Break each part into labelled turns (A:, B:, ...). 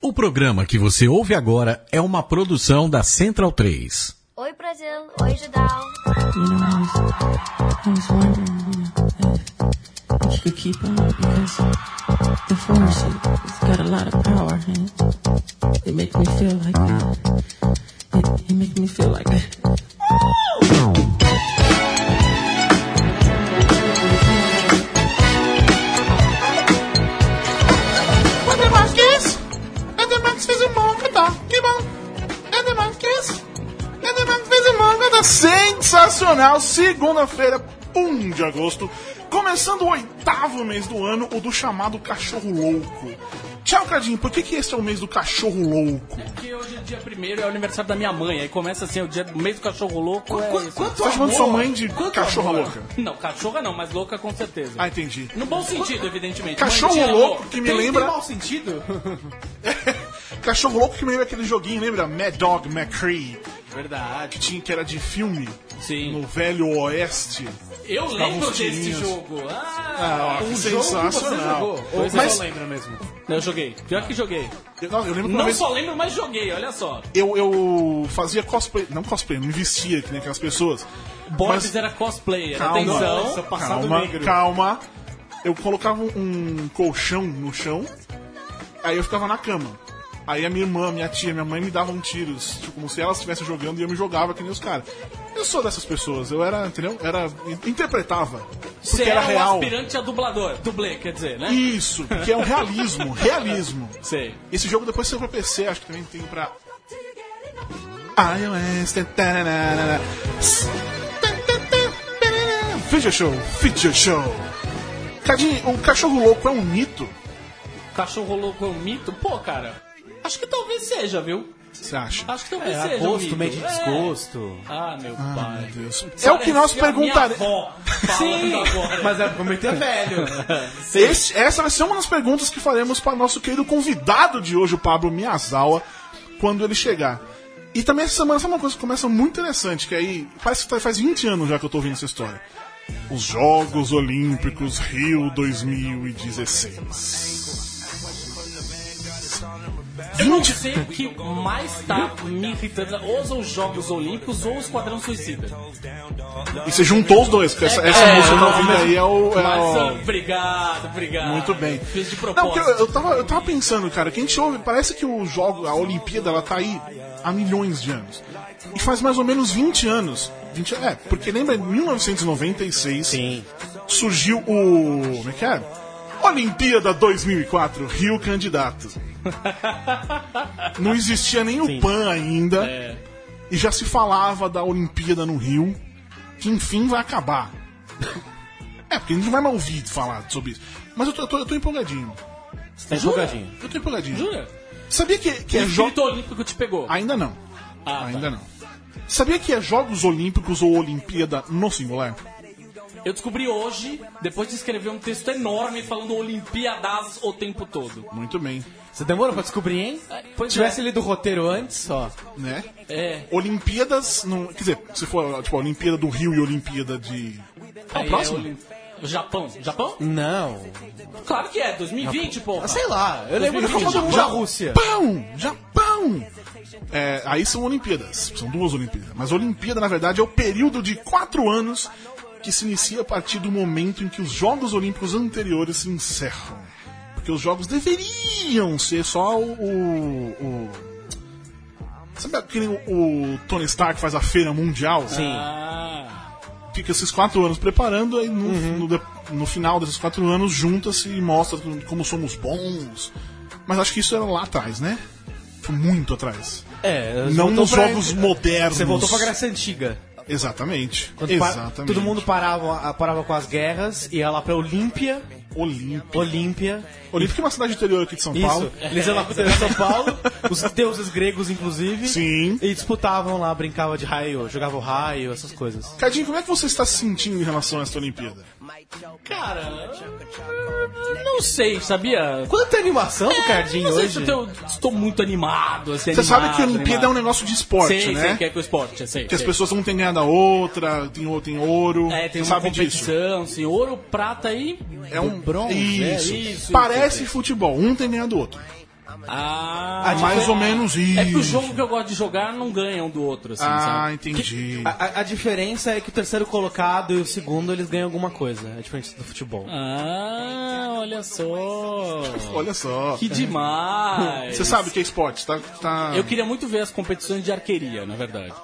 A: O programa que você ouve agora é uma produção da Central 3.
B: Oi, Brasil. Oi, Judal.
C: You know, I was, I was wondering, you know, if, if you could keep on because the force it, has got a lot of power and it, it makes me feel like it, it makes me feel like
D: É demais que isso? É demais que fez manga, tá? Que bom. É demais que isso? É demais que fez manga, tá? Sensacional. Segunda-feira, 1 de agosto. Começando o oitavo mês do ano, o do chamado cachorro louco. Tchau, Cadinho. Por que, que esse é o mês do cachorro louco?
E: Porque hoje é dia primeiro, é o aniversário da minha mãe. Aí começa assim, o dia do mês do cachorro louco. é isso.
D: Você tá chamando sua mãe de cachorra louca?
E: Não, cachorra não, mas louca com certeza.
D: Ah, entendi.
E: No bom sentido, evidentemente.
D: Cachorro
E: Mãe de
D: louco
E: amor.
D: que me
E: Tem- tem
D: lembra-
E: mau sentido?
D: Cachorro louco que me lembra aquele joguinho, lembra? Mad Dog McCree. Que,
E: Verdade.
D: tinha, que era de filme.
E: Sim.
D: No Velho Oeste.
E: Eu
D: Ficava
E: lembro
D: uns
E: desse
D: tirinhos.
E: jogo. Ah,
D: Ah, ó, sensacional.
E: Pois é,
D: Mas
E: eu lembro mesmo. Eu joguei. Pior que joguei.
D: eu, não, eu lembro que uma
E: Não
D: vez
E: só lembro, mas joguei, olha só.
D: eu, eu fazia cosplay. Não cosplay, não investia que nem aquelas pessoas.
E: Borbs
D: Mas-
E: era cosplayer,
D: Calma,
E: atenção.
D: calma, calma. Eu colocava um colchão no chão, aí eu ficava na cama. Aí a minha irmã, minha tia, minha mãe me davam tiros, tipo, como se elas estivessem jogando e eu me jogava que nem os caras. Eu sou dessas pessoas, eu era, entendeu? Era, interpretava, porque
E: Você
D: era
E: era
D: real.
E: um aspirante a dublador. Dublê, quer dizer, né?
D: Isso, porque é um realismo, realismo.
E: Sei.
D: Esse jogo depois saiu pra PC, acho que também tem pra. iOS. tananana. Feature Show, Feature Show. Cadinho, o cachorro louco é um mito?
E: Cachorro louco é um mito? Pô, cara, acho que talvez seja, viu?
D: Você acha?
E: Acho que talvez
F: É,
E: seja. um
F: agosto,
E: mito.
F: mês de
E: É.
F: desgosto.
E: Ah, meu pai.
D: Meu Deus. É o que nós
E: Parecia a
D: perguntaremos.
E: Minha avó né? Sim, agora.
F: Mas é porque muito é velho.
D: Esse- essa vai ser uma das perguntas que faremos para nosso querido convidado de hoje, o Pablo Miyazawa, quando ele chegar. E também essa semana, sabe uma coisa que começa muito interessante, que aí parece que tá- faz 20 anos já que eu tô ouvindo essa história. Os Jogos Olímpicos Rio 2016.
E: eu não
D: 20
E: sei o que mais tá me irritando. Ou são os Jogos Olímpicos ou o Esquadrão Suicida.
D: E você juntou os dois, porque essa, essa
E: É,
D: música que tá
E: não,
D: ouvindo aí é o. é
E: Mas,
D: o-
E: ah, obrigado, obrigado.
D: Muito bem.
E: Fiz de
D: Não, porque
E: propósito.
D: eu, eu tava, eu tava pensando, cara, que a gente ouve, parece que o jogo, a Olimpíada, ela tá aí há milhões de anos. E faz mais ou menos 20 anos. 20, é, porque lembra, em 1996
F: Sim.
D: surgiu o. Como é que é? Olimpíada 2004, Rio Candidato. Não existia nem o PAN ainda.
E: É.
D: E já se falava da Olimpíada no Rio, que enfim vai acabar. É, porque a gente não vai mais ouvir falar sobre isso. Mas eu tô, eu tô, eu tô empolgadinho.
F: Tá empolgadinho.
D: Eu tô empolgadinho.
E: Jura?
D: Sabia que, que
E: O
D: é jogo.
E: espírito olímpico te pegou.
D: Ainda não.
E: Ah, tá.
D: Ainda não. Sabia que é Jogos Olímpicos ou Olimpíada no singular?
E: Eu descobri hoje, depois de escrever um texto enorme falando Olimpíadas o tempo todo.
D: Muito bem.
F: Você demorou pra descobrir, hein?
E: Pois
F: Se tivesse lido o roteiro antes, ó.
D: Né?
E: é. é.
D: Olimpíadas. Não, quer dizer, se for tipo a Olimpíada do Rio e Olimpíada de. Qual
E: Aí
D: a
E: é
D: próxima?
E: Olim- Japão. Japão?
F: Não.
E: Claro que é, 2020, porra.
F: Ah, É. sei lá. Eu lembro de
D: Japão,
F: todo mundo da Rússia.
D: Japão! Japão! É, aí são Olimpíadas, são duas Olimpíadas. Mas Olimpíada, na verdade, é o período de quatro anos que se inicia a partir do momento em que os Jogos Olímpicos anteriores se encerram. Porque os Jogos deveriam ser só o. o- o- Sabe aquele o, o Tony Stark faz a feira mundial? Sim.
E: Ah,
D: Fica esses quatro anos preparando, aí no,
F: Uhum.
D: no de- no final desses quatro anos junta-se e mostra como somos bons. Mas acho que isso era lá atrás, né? Foi muito atrás.
F: É,
D: Não
F: voltou
D: nos
F: pra-
D: jogos modernos.
F: Você voltou pra Grécia Antiga.
D: Exatamente.
F: Quando pa-
D: Exatamente.
F: Todo mundo parava, parava com as guerras, ia lá pra Olímpia.
D: Olímpico.
F: Olímpia.
D: Olímpico é uma cidade interior aqui de São Paulo.
F: Isso. Eles iam lá pro São Paulo, os deuses gregos, inclusive.
D: Sim.
F: E disputavam lá, brincavam de raio, jogavam raio, essas coisas.
D: Cadinho, como é que você está se sentindo em relação a esta Olimpíada?
E: cara, eu não sei, sabia?
F: Quanta animação
E: É,
F: do
E: não
F: é um Cardinho
E: sei
F: hoje.
E: se eu tô- estou muito animado, assim,
D: Você sabe
E: animado,
D: que a Olimpíada é um
E: animado.
D: negócio de esporte,
E: sei,
D: né?
E: sei, que é com o esporte, sei.
D: Que as
E: sei.
D: pessoas não têm ganhado a outra, tem, ou- tem ouro.
E: É, tem
D: você
E: uma
D: sabe disso.
E: competição, assim, ouro, prata e...
D: É um
F: bronze, é
D: Isso.
E: isso,
D: Parece
E: isso.
D: futebol, um tem ganhado do outro.
E: Ah, Ah,
D: mais ou menos isso.
E: É que o jogo que eu gosto de jogar não ganha um do outro, assim,
D: Ah,
E: sabe?
D: entendi. Ah,
G: A, a- a diferença é que o terceiro colocado e o segundo eles ganham alguma coisa. É diferente do futebol.
E: Ah, olha só.
D: Olha só.
E: Que demais.
D: Você sabe o que é esporte, tá?
G: Ah.
D: tá...
E: Eu queria muito ver as competições de arqueria, na verdade.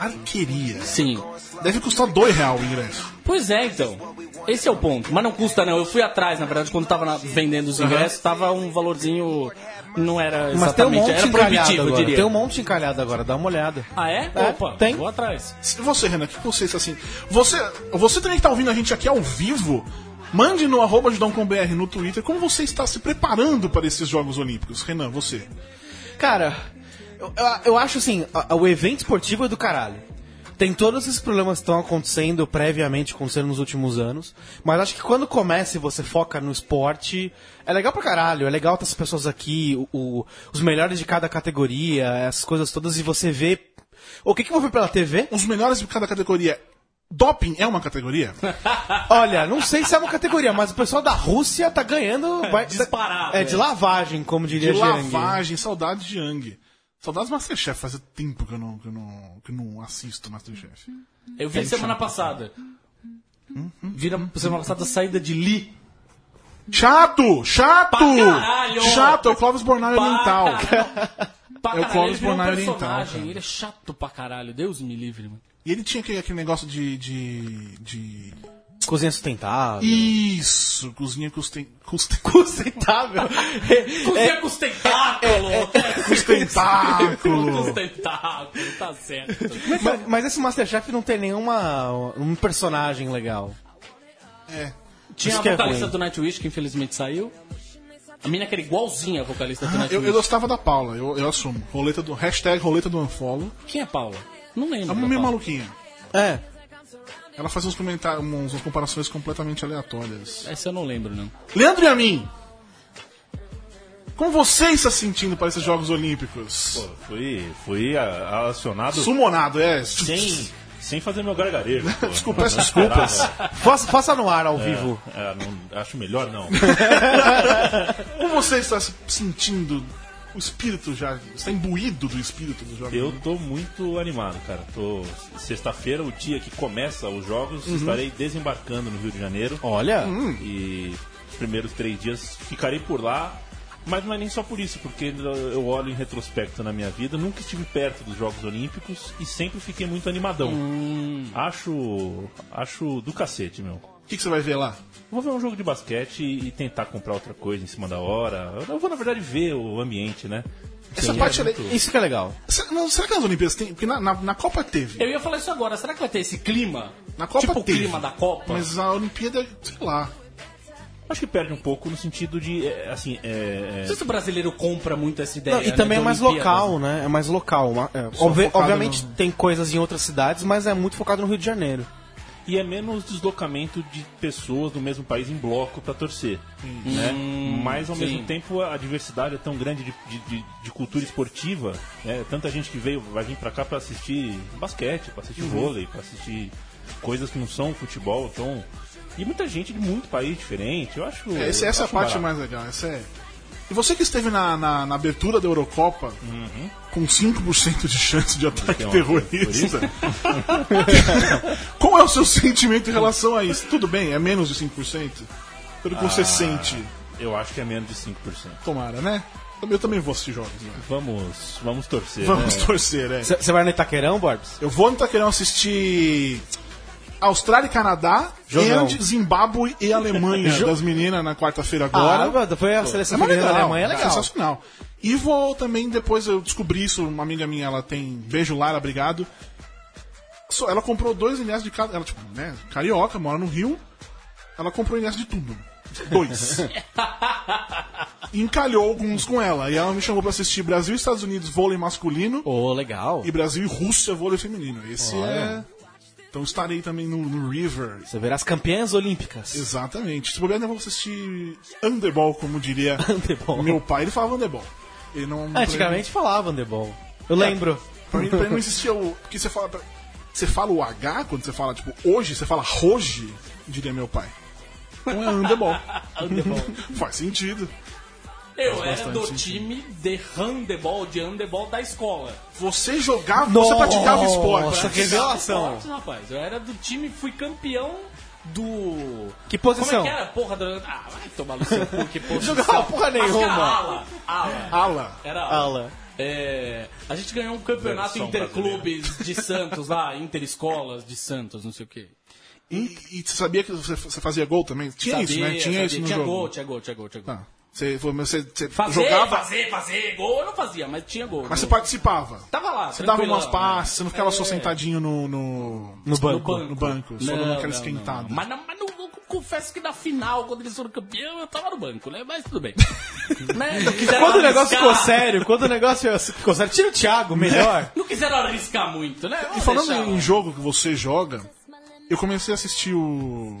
D: Arqueria.
E: Sim.
D: Deve custar dois real o ingresso.
E: Pois é, então. Esse é o ponto. Mas não custa, não. Eu fui atrás, na verdade, quando tava na- vendendo os ingressos, tava um valorzinho. Não era exatamente.
G: Mas tem um monte
E: era
G: encalhado
E: proibitivo, eu
G: agora.
E: diria.
G: Tem um monte encalhado agora, dá uma olhada.
E: Ah, é?
G: É,
E: Opa,
G: tem.
E: vou atrás.
D: Se Você, Renan, o que você está assim? Você, você também que tá ouvindo a gente aqui ao vivo, mande no arroba ajudão.com.br no Twitter como você está se preparando para esses Jogos Olímpicos. Renan, você.
G: Cara, eu, eu- eu acho assim, a- o evento esportivo é do caralho. Tem todos esses problemas que estão acontecendo previamente, acontecendo nos últimos anos. Mas acho que quando começa e você foca no esporte, é legal pra caralho. É legal ter as pessoas aqui, o- o- os melhores de cada categoria, essas coisas todas, e você vê. O que, que eu vou ver pela TV?
D: Os melhores de cada categoria. Doping é uma categoria?
G: Olha, não sei se é uma categoria, mas o pessoal da Rússia tá ganhando. Vai,
E: disparado,
G: É de
E: é.
G: lavagem, como diria
D: De
G: Jean.
D: lavagem, saudades de Yang. Saudades do Masterchef, faz tempo que eu não, que eu não, que eu não assisto Masterchef.
E: Eu vi semana passada.
G: Uhum.
E: Vira semana passada a saída de Lee.
D: Chato! Chato!
E: Pra caralho!
D: Chato, é o Clóvis Bornai
E: Pra
D: Oriental.
G: tá.
E: Pra
D: É o
E: caralho,
D: Clóvis
E: ele virou um
D: Bornai oriental,
E: personagem,
D: cara.
E: Ele é chato pra caralho. Deus me livre, mano.
D: E ele tinha aquele, aquele negócio de, de, de.
G: Cozinha sustentável.
D: Isso! Cozinha custen... custen...
G: Sustentável.
E: Cozinha com os
G: É,
E: tentáculos. Com
D: Tentáculo!
E: os tentáculos, tá certo.
G: Mas, mas esse Masterchef não tem nenhuma um personagem legal.
D: É.
E: Tinha
G: Isso
E: a
G: que é
E: vocalista
G: ruim.
E: do Nightwish, que infelizmente saiu. A mina que era igualzinha a vocalista do
D: Ah, Eu,
E: Nightwish.
D: eu gostava da Paula, eu, eu assumo. Roleta do, hashtag roleta do Unfollow.
E: Quem é Paula? Não lembro.
D: É
E: da
D: uma meio
E: Paula.
D: maluquinha.
G: É.
D: Ela faz uns comentários, uns- umas comparações completamente aleatórias.
E: Essa eu não lembro, não.
D: Leandro e a mim! Como você está se sentindo para esses Jogos Olímpicos?
H: Fui, fui a- acionado
D: Sumonado, é?
H: sem, sem fazer meu gargarejo. pô.
D: Desculpa, peço
H: Não
D: desculpas.
H: esperava.
G: Faça, faça no ar ao
H: É,
G: vivo.
H: é, não- acho melhor não.
D: Como você está se sentindo? O espírito já está imbuído do espírito dos Jogos
H: Eu
D: Olímpicos?
H: tô muito animado, cara. Tô sexta-feira, o dia que começa os jogos,
D: Uhum.
H: estarei desembarcando no Rio de Janeiro Hum.
G: Olha.
H: e os primeiros três dias ficarei por lá. Mas não é nem só por isso, porque eu olho em retrospecto na minha vida, nunca estive perto dos Jogos Olímpicos e sempre fiquei muito animadão.
D: Hum.
H: Acho, acho do cacete, meu.
D: O que, que você vai ver lá?
H: Vou ver um jogo de basquete e tentar comprar outra coisa em cima da hora. Eu vou, na verdade, ver o ambiente, né?
D: Essa
H: Sim,
D: parte
H: é
D: ali-
H: muito-
G: Isso que é legal.
D: Se- não, será que as Olimpíadas tem? Porque na, na, na Copa teve.
E: Eu ia falar isso agora. Será que vai ter esse clima?
D: Na Copa
E: tipo
D: teve.
E: o clima da Copa?
D: Mas a Olimpíada, sei lá.
H: Acho que perde um pouco no sentido de, é, assim, é,
E: Não
H: é,
E: sei se o brasileiro compra muito essa ideia.
G: Não, e
E: né,
G: também é
E: de
G: mais
E: Olimpíadas.
G: local, né? É mais local. Uma- é,
D: Só
G: obvi-
D: focado
G: obviamente
D: no-
G: tem coisas em outras cidades, mas é muito focado no Rio de Janeiro.
H: e é menos deslocamento de pessoas do mesmo país em bloco pra torcer, né? Mas ao mesmo
E: sim.
H: tempo a diversidade é tão grande de, de- de- de cultura esportiva, né? tanta gente que veio vai vir pra cá pra assistir basquete, pra assistir vôlei, pra assistir coisas que não são futebol, então e muita gente de muito país diferente. Eu acho.
D: É, essa, essa é a parte mais legal. Essa é... E você que esteve na, na, na abertura da Eurocopa com 5% de chance de ataque
H: Tem Uhum. um
D: terrorista, qual é o seu sentimento em relação a isso? Tudo bem, é menos de 5%? Pelo que
H: Ah.
D: você sente,
H: Eu acho que é menos de 5%.
D: tomara, né? Eu também vou assistir jogos, né?
H: Vamos, vamos torcer.
D: Vamos
H: né?
D: torcer, é.
G: Você vai no Itaquerão, Borbs?
D: Eu vou no Itaquerão assistir Austrália e Canadá,
G: Jogão.
D: and Zimbábue e Alemanha das meninas na quarta-feira agora.
G: Agora, Ah, foi a
D: É
G: seleção
D: mais
G: feminina
D: legal.
G: da Alemanha, é
D: É
G: legal.
D: sensacional. E vou também, depois eu descobri isso, uma amiga minha, ela tem. Beijo, Lara, obrigado. Só- Ela comprou dois ingressos de cada. Ela, tipo, né? Carioca, mora no Rio. Ela comprou ingresso de tudo. Dois. E Encalhou alguns com ela. E ela me chamou pra assistir Brasil e Estados Unidos vôlei masculino
G: Ô, legal.
D: e Brasil e Rússia vôlei feminino. Esse é. Então estarei também no, no River.
G: Você verá as campeãs olímpicas.
D: Exatamente. Se bobear, ainda vou assistir Underball, como diria
G: Underball.
D: meu pai. Ele falava Underball. Ele não.
G: Antigamente falava É. Andebol. Eu lembro.
D: Pra mim, pra mim não existia o. Porque você fala. pra- Você fala o H quando você fala, tipo, hoje, você fala hoje, diria meu pai. Então é Underball. Faz sentido.
E: Eu era do
D: bastante.
E: time de handebol, de handebol da escola.
D: Você jogava, você praticava esporte. né?
F: Nossa, que
D: Então.
F: revelação.
E: Esportes, rapaz. Eu era do time, fui campeão do.
F: Que
E: Como é
F: posição?
E: que era? Porra do. Ah, vai tomar no seu cu, que posição.
F: Jogava porra
E: Acho que era
F: nenhuma.
E: Ala, ala.
D: Ala.
E: Era ala.
F: Ala.
E: É, a gente ganhou um campeonato
H: Versão
E: interclubes de Santos lá, interescolas de Santos, não sei o quê.
D: E, e você sabia que você, você fazia gol também? Tinha
E: Sabia,
D: isso, né? Tinha
E: sabia.
D: isso no
E: tinha
D: jogo.
E: gol, tinha gol, tinha gol, tinha gol.
D: Tá. Você, você, você
E: Fazer,
D: jogava,
E: fazer, fazer, gol eu não fazia, mas tinha gol.
D: mas você
E: Gol.
D: participava.
E: Tava lá,
D: Você dava
E: tranquilão,
D: umas passes,
E: né?
D: você não ficava só
E: É.
D: sentadinho no, no...
F: No
E: No
F: banco.
E: banco.
D: No banco, só dando aquela esquentada.
E: não. Mas, não, mas não- eu confesso que na final, quando eles foram campeão, eu tava no banco, né? Mas tudo bem. Né? Não quiseram
F: Quando o negócio
E: arriscar-
F: ficou sério, quando o negócio ficou sério, tira o Thiago, melhor.
E: Não quiseram arriscar muito, né? Vamos
D: E falando
E: deixar
D: em
E: lá.
D: jogo que você joga, eu comecei a assistir o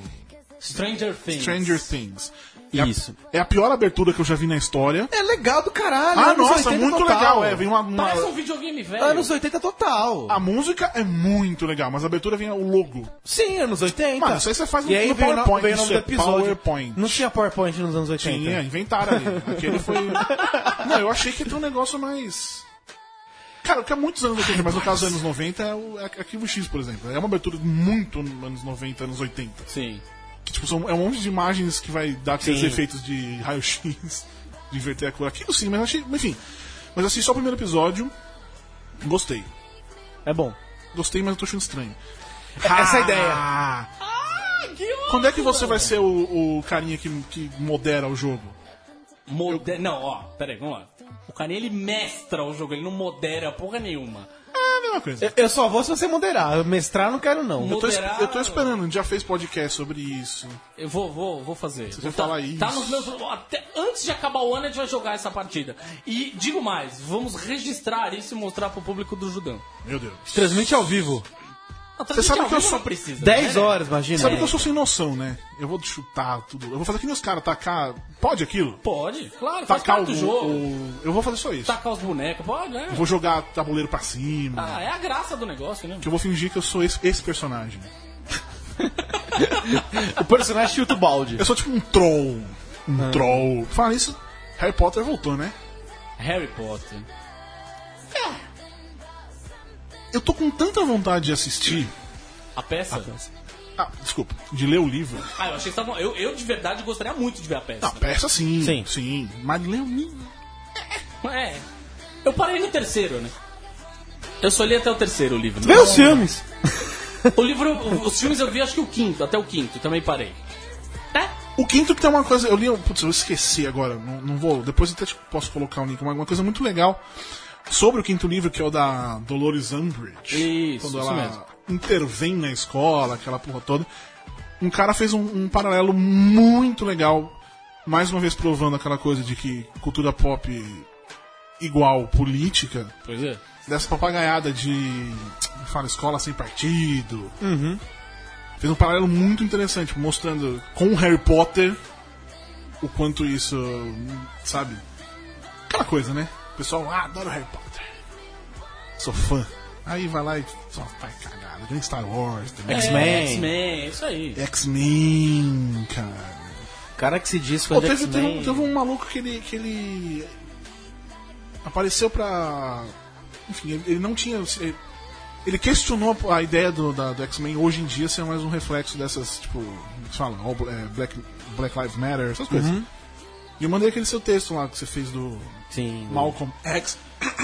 E: Stranger Things.
D: Stranger Things. É a-
F: Isso.
D: É a pior abertura que eu já vi na história.
F: É legal do caralho.
D: Ah,
F: anos
D: nossa,
F: 80
D: muito
F: total.
D: legal. É, vem uma, uma-
E: Parece um videogame velho.
D: Ah,
F: Anos 80 total.
D: A música é muito legal, mas a abertura vem o logo.
F: Sim, anos 80.
D: Mano, isso aí você faz
F: e
D: no-
F: aí
D: no
F: veio o no-
D: PowerPoint,
F: veio o nome
D: isso
F: do
D: é
F: episódio.
D: PowerPoint.
F: Não tinha PowerPoint nos anos 80.
D: Tinha, inventaram ali. Aquele foi. Não, eu achei que ia ter um negócio mais. Cara, que há muitos anos 80, mas no caso dos anos 90 é o é Arquivo X, por exemplo. É uma abertura muito anos 90, anos 80.
E: Sim.
D: Que, tipo, são, é um monte de imagens que vai dar aqueles
F: Sim.
D: efeitos de raio-x, de inverter a cor. Aquilo sim, mas achei. Enfim. Mas eu assisti só o primeiro episódio. Gostei.
F: É bom.
D: Gostei, mas eu tô achando estranho. Ah!
F: Essa é a ideia.
D: Quando é que você vai ser o, o carinha que, que modera o jogo?
E: Mode... Não, ó, peraí, vamos lá. O cara ele mestra o jogo, ele não modera porra nenhuma.
D: É a mesma coisa.
F: Eu, eu só vou se você moderar. Mestrar não quero, não.
D: Eu tô, es-
E: Moderar-
D: eu tô esperando, a gente já fez podcast sobre isso.
E: Eu vou, vou, vou fazer.
D: vai
E: tá,
D: falar isso.
E: Tá nos meus. ó, até- antes de acabar o ano, a gente vai jogar essa partida. E digo mais, vamos registrar isso e mostrar pro público do Então, Judão.
D: Meu Deus.
F: Transmite ao vivo.
E: Você
D: sabe que eu sou-
E: só preciso.
F: 10 horas, imagina.
D: Sabe que eu sou sem noção, né? Eu vou chutar tudo. Eu vou fazer que nem os caras, tacar. Pode aquilo?
E: Pode, claro, faz
D: Tacar
E: parte
D: o,
E: do jogo.
D: o- Eu vou fazer só isso.
E: Tacar os bonecos, pode, né?
D: Eu vou jogar tabuleiro pra cima.
E: Ah, é a graça do negócio, né?
D: Que eu vou fingir que eu sou esse, esse personagem.
F: O
D: um
F: personagem chuta o balde.
D: Eu sou tipo um troll. Um
E: Ah.
D: troll. Fala nisso, Harry Potter voltou, né?
E: Harry Potter.
D: Eu tô com tanta vontade de assistir.
E: A peça?
D: Ah, desculpa. De ler o livro.
E: Ah, eu achei que você tava. Eu, eu de verdade gostaria muito de ver a peça.
D: Ah, peça sim.
F: Sim.
D: Sim. Mas ler o livro.
E: É. Eu parei no terceiro, né? Eu só li até o terceiro livro.
F: Vê os filmes.
E: O livro, o- os filmes eu vi acho que o quinto, até o quinto, também parei. É?
D: O quinto que tem uma coisa. Eu li. Putz, eu esqueci agora. Não, não vou. Depois até te posso colocar um link. Uma, uma coisa muito legal sobre o quinto livro, que é o da Dolores Umbridge.
E: Isso,
D: Quando
E: isso
D: ela
E: mesmo.
D: intervém na escola, aquela porra toda. Um cara fez um, um paralelo muito legal. Mais uma vez provando aquela coisa de que cultura pop igual política.
E: Pois é.
D: dessa papagaiada de é fala escola sem partido. Fez um paralelo muito interessante, mostrando com o Harry Potter o quanto isso, sabe? Aquela coisa, né? O pessoal, ah, adoro Harry Potter. Sou fã. Aí vai lá e só faz cagada. Vem Star Wars, também.
E: É,
F: X-Men.
E: X-Men, é isso aí.
D: X-Men, cara.
F: cara que se diz é
D: Pô,
F: foi
D: teve, teve um, teve um maluco que ele, que ele apareceu pra. Enfim, ele, ele não tinha. Ele, ele questionou a ideia do, da- do X-Men hoje em dia ser mais um reflexo dessas, tipo, como se fala, All Bla- é, Black, Black Lives Matter, essas coisas. E eu mandei aquele seu texto lá que você fez do
F: Sim.
D: Malcolm X.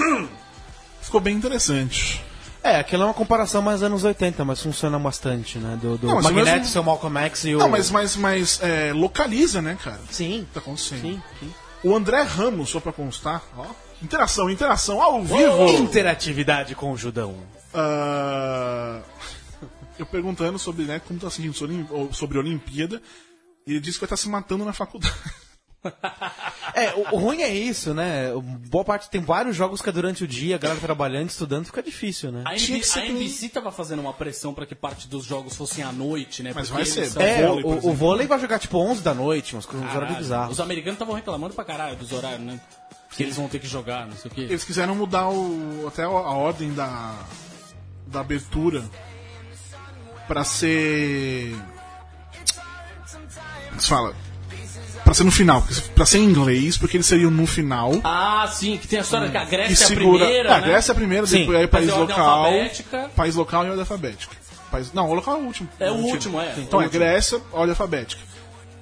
D: Ficou bem interessante.
F: É, aquela é uma comparação mais anos 80, mas funciona bastante, né? Do, do
D: Não, mas
F: Magneto,
D: mesmo-
F: seu Malcolm X e o...
D: Não, mas, mas, mas é, localiza, né, cara?
F: Sim.
D: Tá acontecendo.
F: Sim, sim.
D: O André Ramos, só pra constar, ó. Interação, interação, ao vivo!
F: Interatividade com o Judão.
D: Ah, eu perguntando sobre né, como tá sentindo sobre, Olim- sobre a Olimpíada. E ele disse que vai estar se matando na faculdade.
F: É, o, o ruim é isso, né? O- Boa parte tem vários jogos que é durante o dia, a galera trabalhando, estudando, fica difícil, né?
E: A,
D: Tinha
E: NB,
D: que ser
E: a NBC tava fazendo uma pressão pra que parte dos jogos fossem à noite, né?
D: Mas
E: Porque
D: vai
E: eles
D: ser.
E: são-
F: É,
D: vôlei, por
F: o, o
D: exemplo.
F: vôlei vai jogar tipo 11 da noite, umas coisas uns horários bizarros.
E: Os americanos estavam reclamando pra caralho dos horários, né? Que eles vão ter que jogar, não sei o quê.
D: Eles quiseram mudar o, até a ordem da, da abertura pra ser. Como se fala? Pra pra ser no final, porque- pra ser em inglês, porque eles seriam no final.
E: Ah, sim, que tem a história que a
D: e
E: Grécia
D: segura.
E: é a primeira.
D: Ah,
E: né?
D: Grécia é a primeira,
F: Sim.
D: depois aí
E: Mas
D: país
E: é ordem
D: local.
E: alfabética.
D: País local e ordem alfabética. País, não, o local é o último.
E: É o
D: Não,
E: último, é.
D: Então
E: O
D: é
E: último.
D: Grécia, ordem alfabética.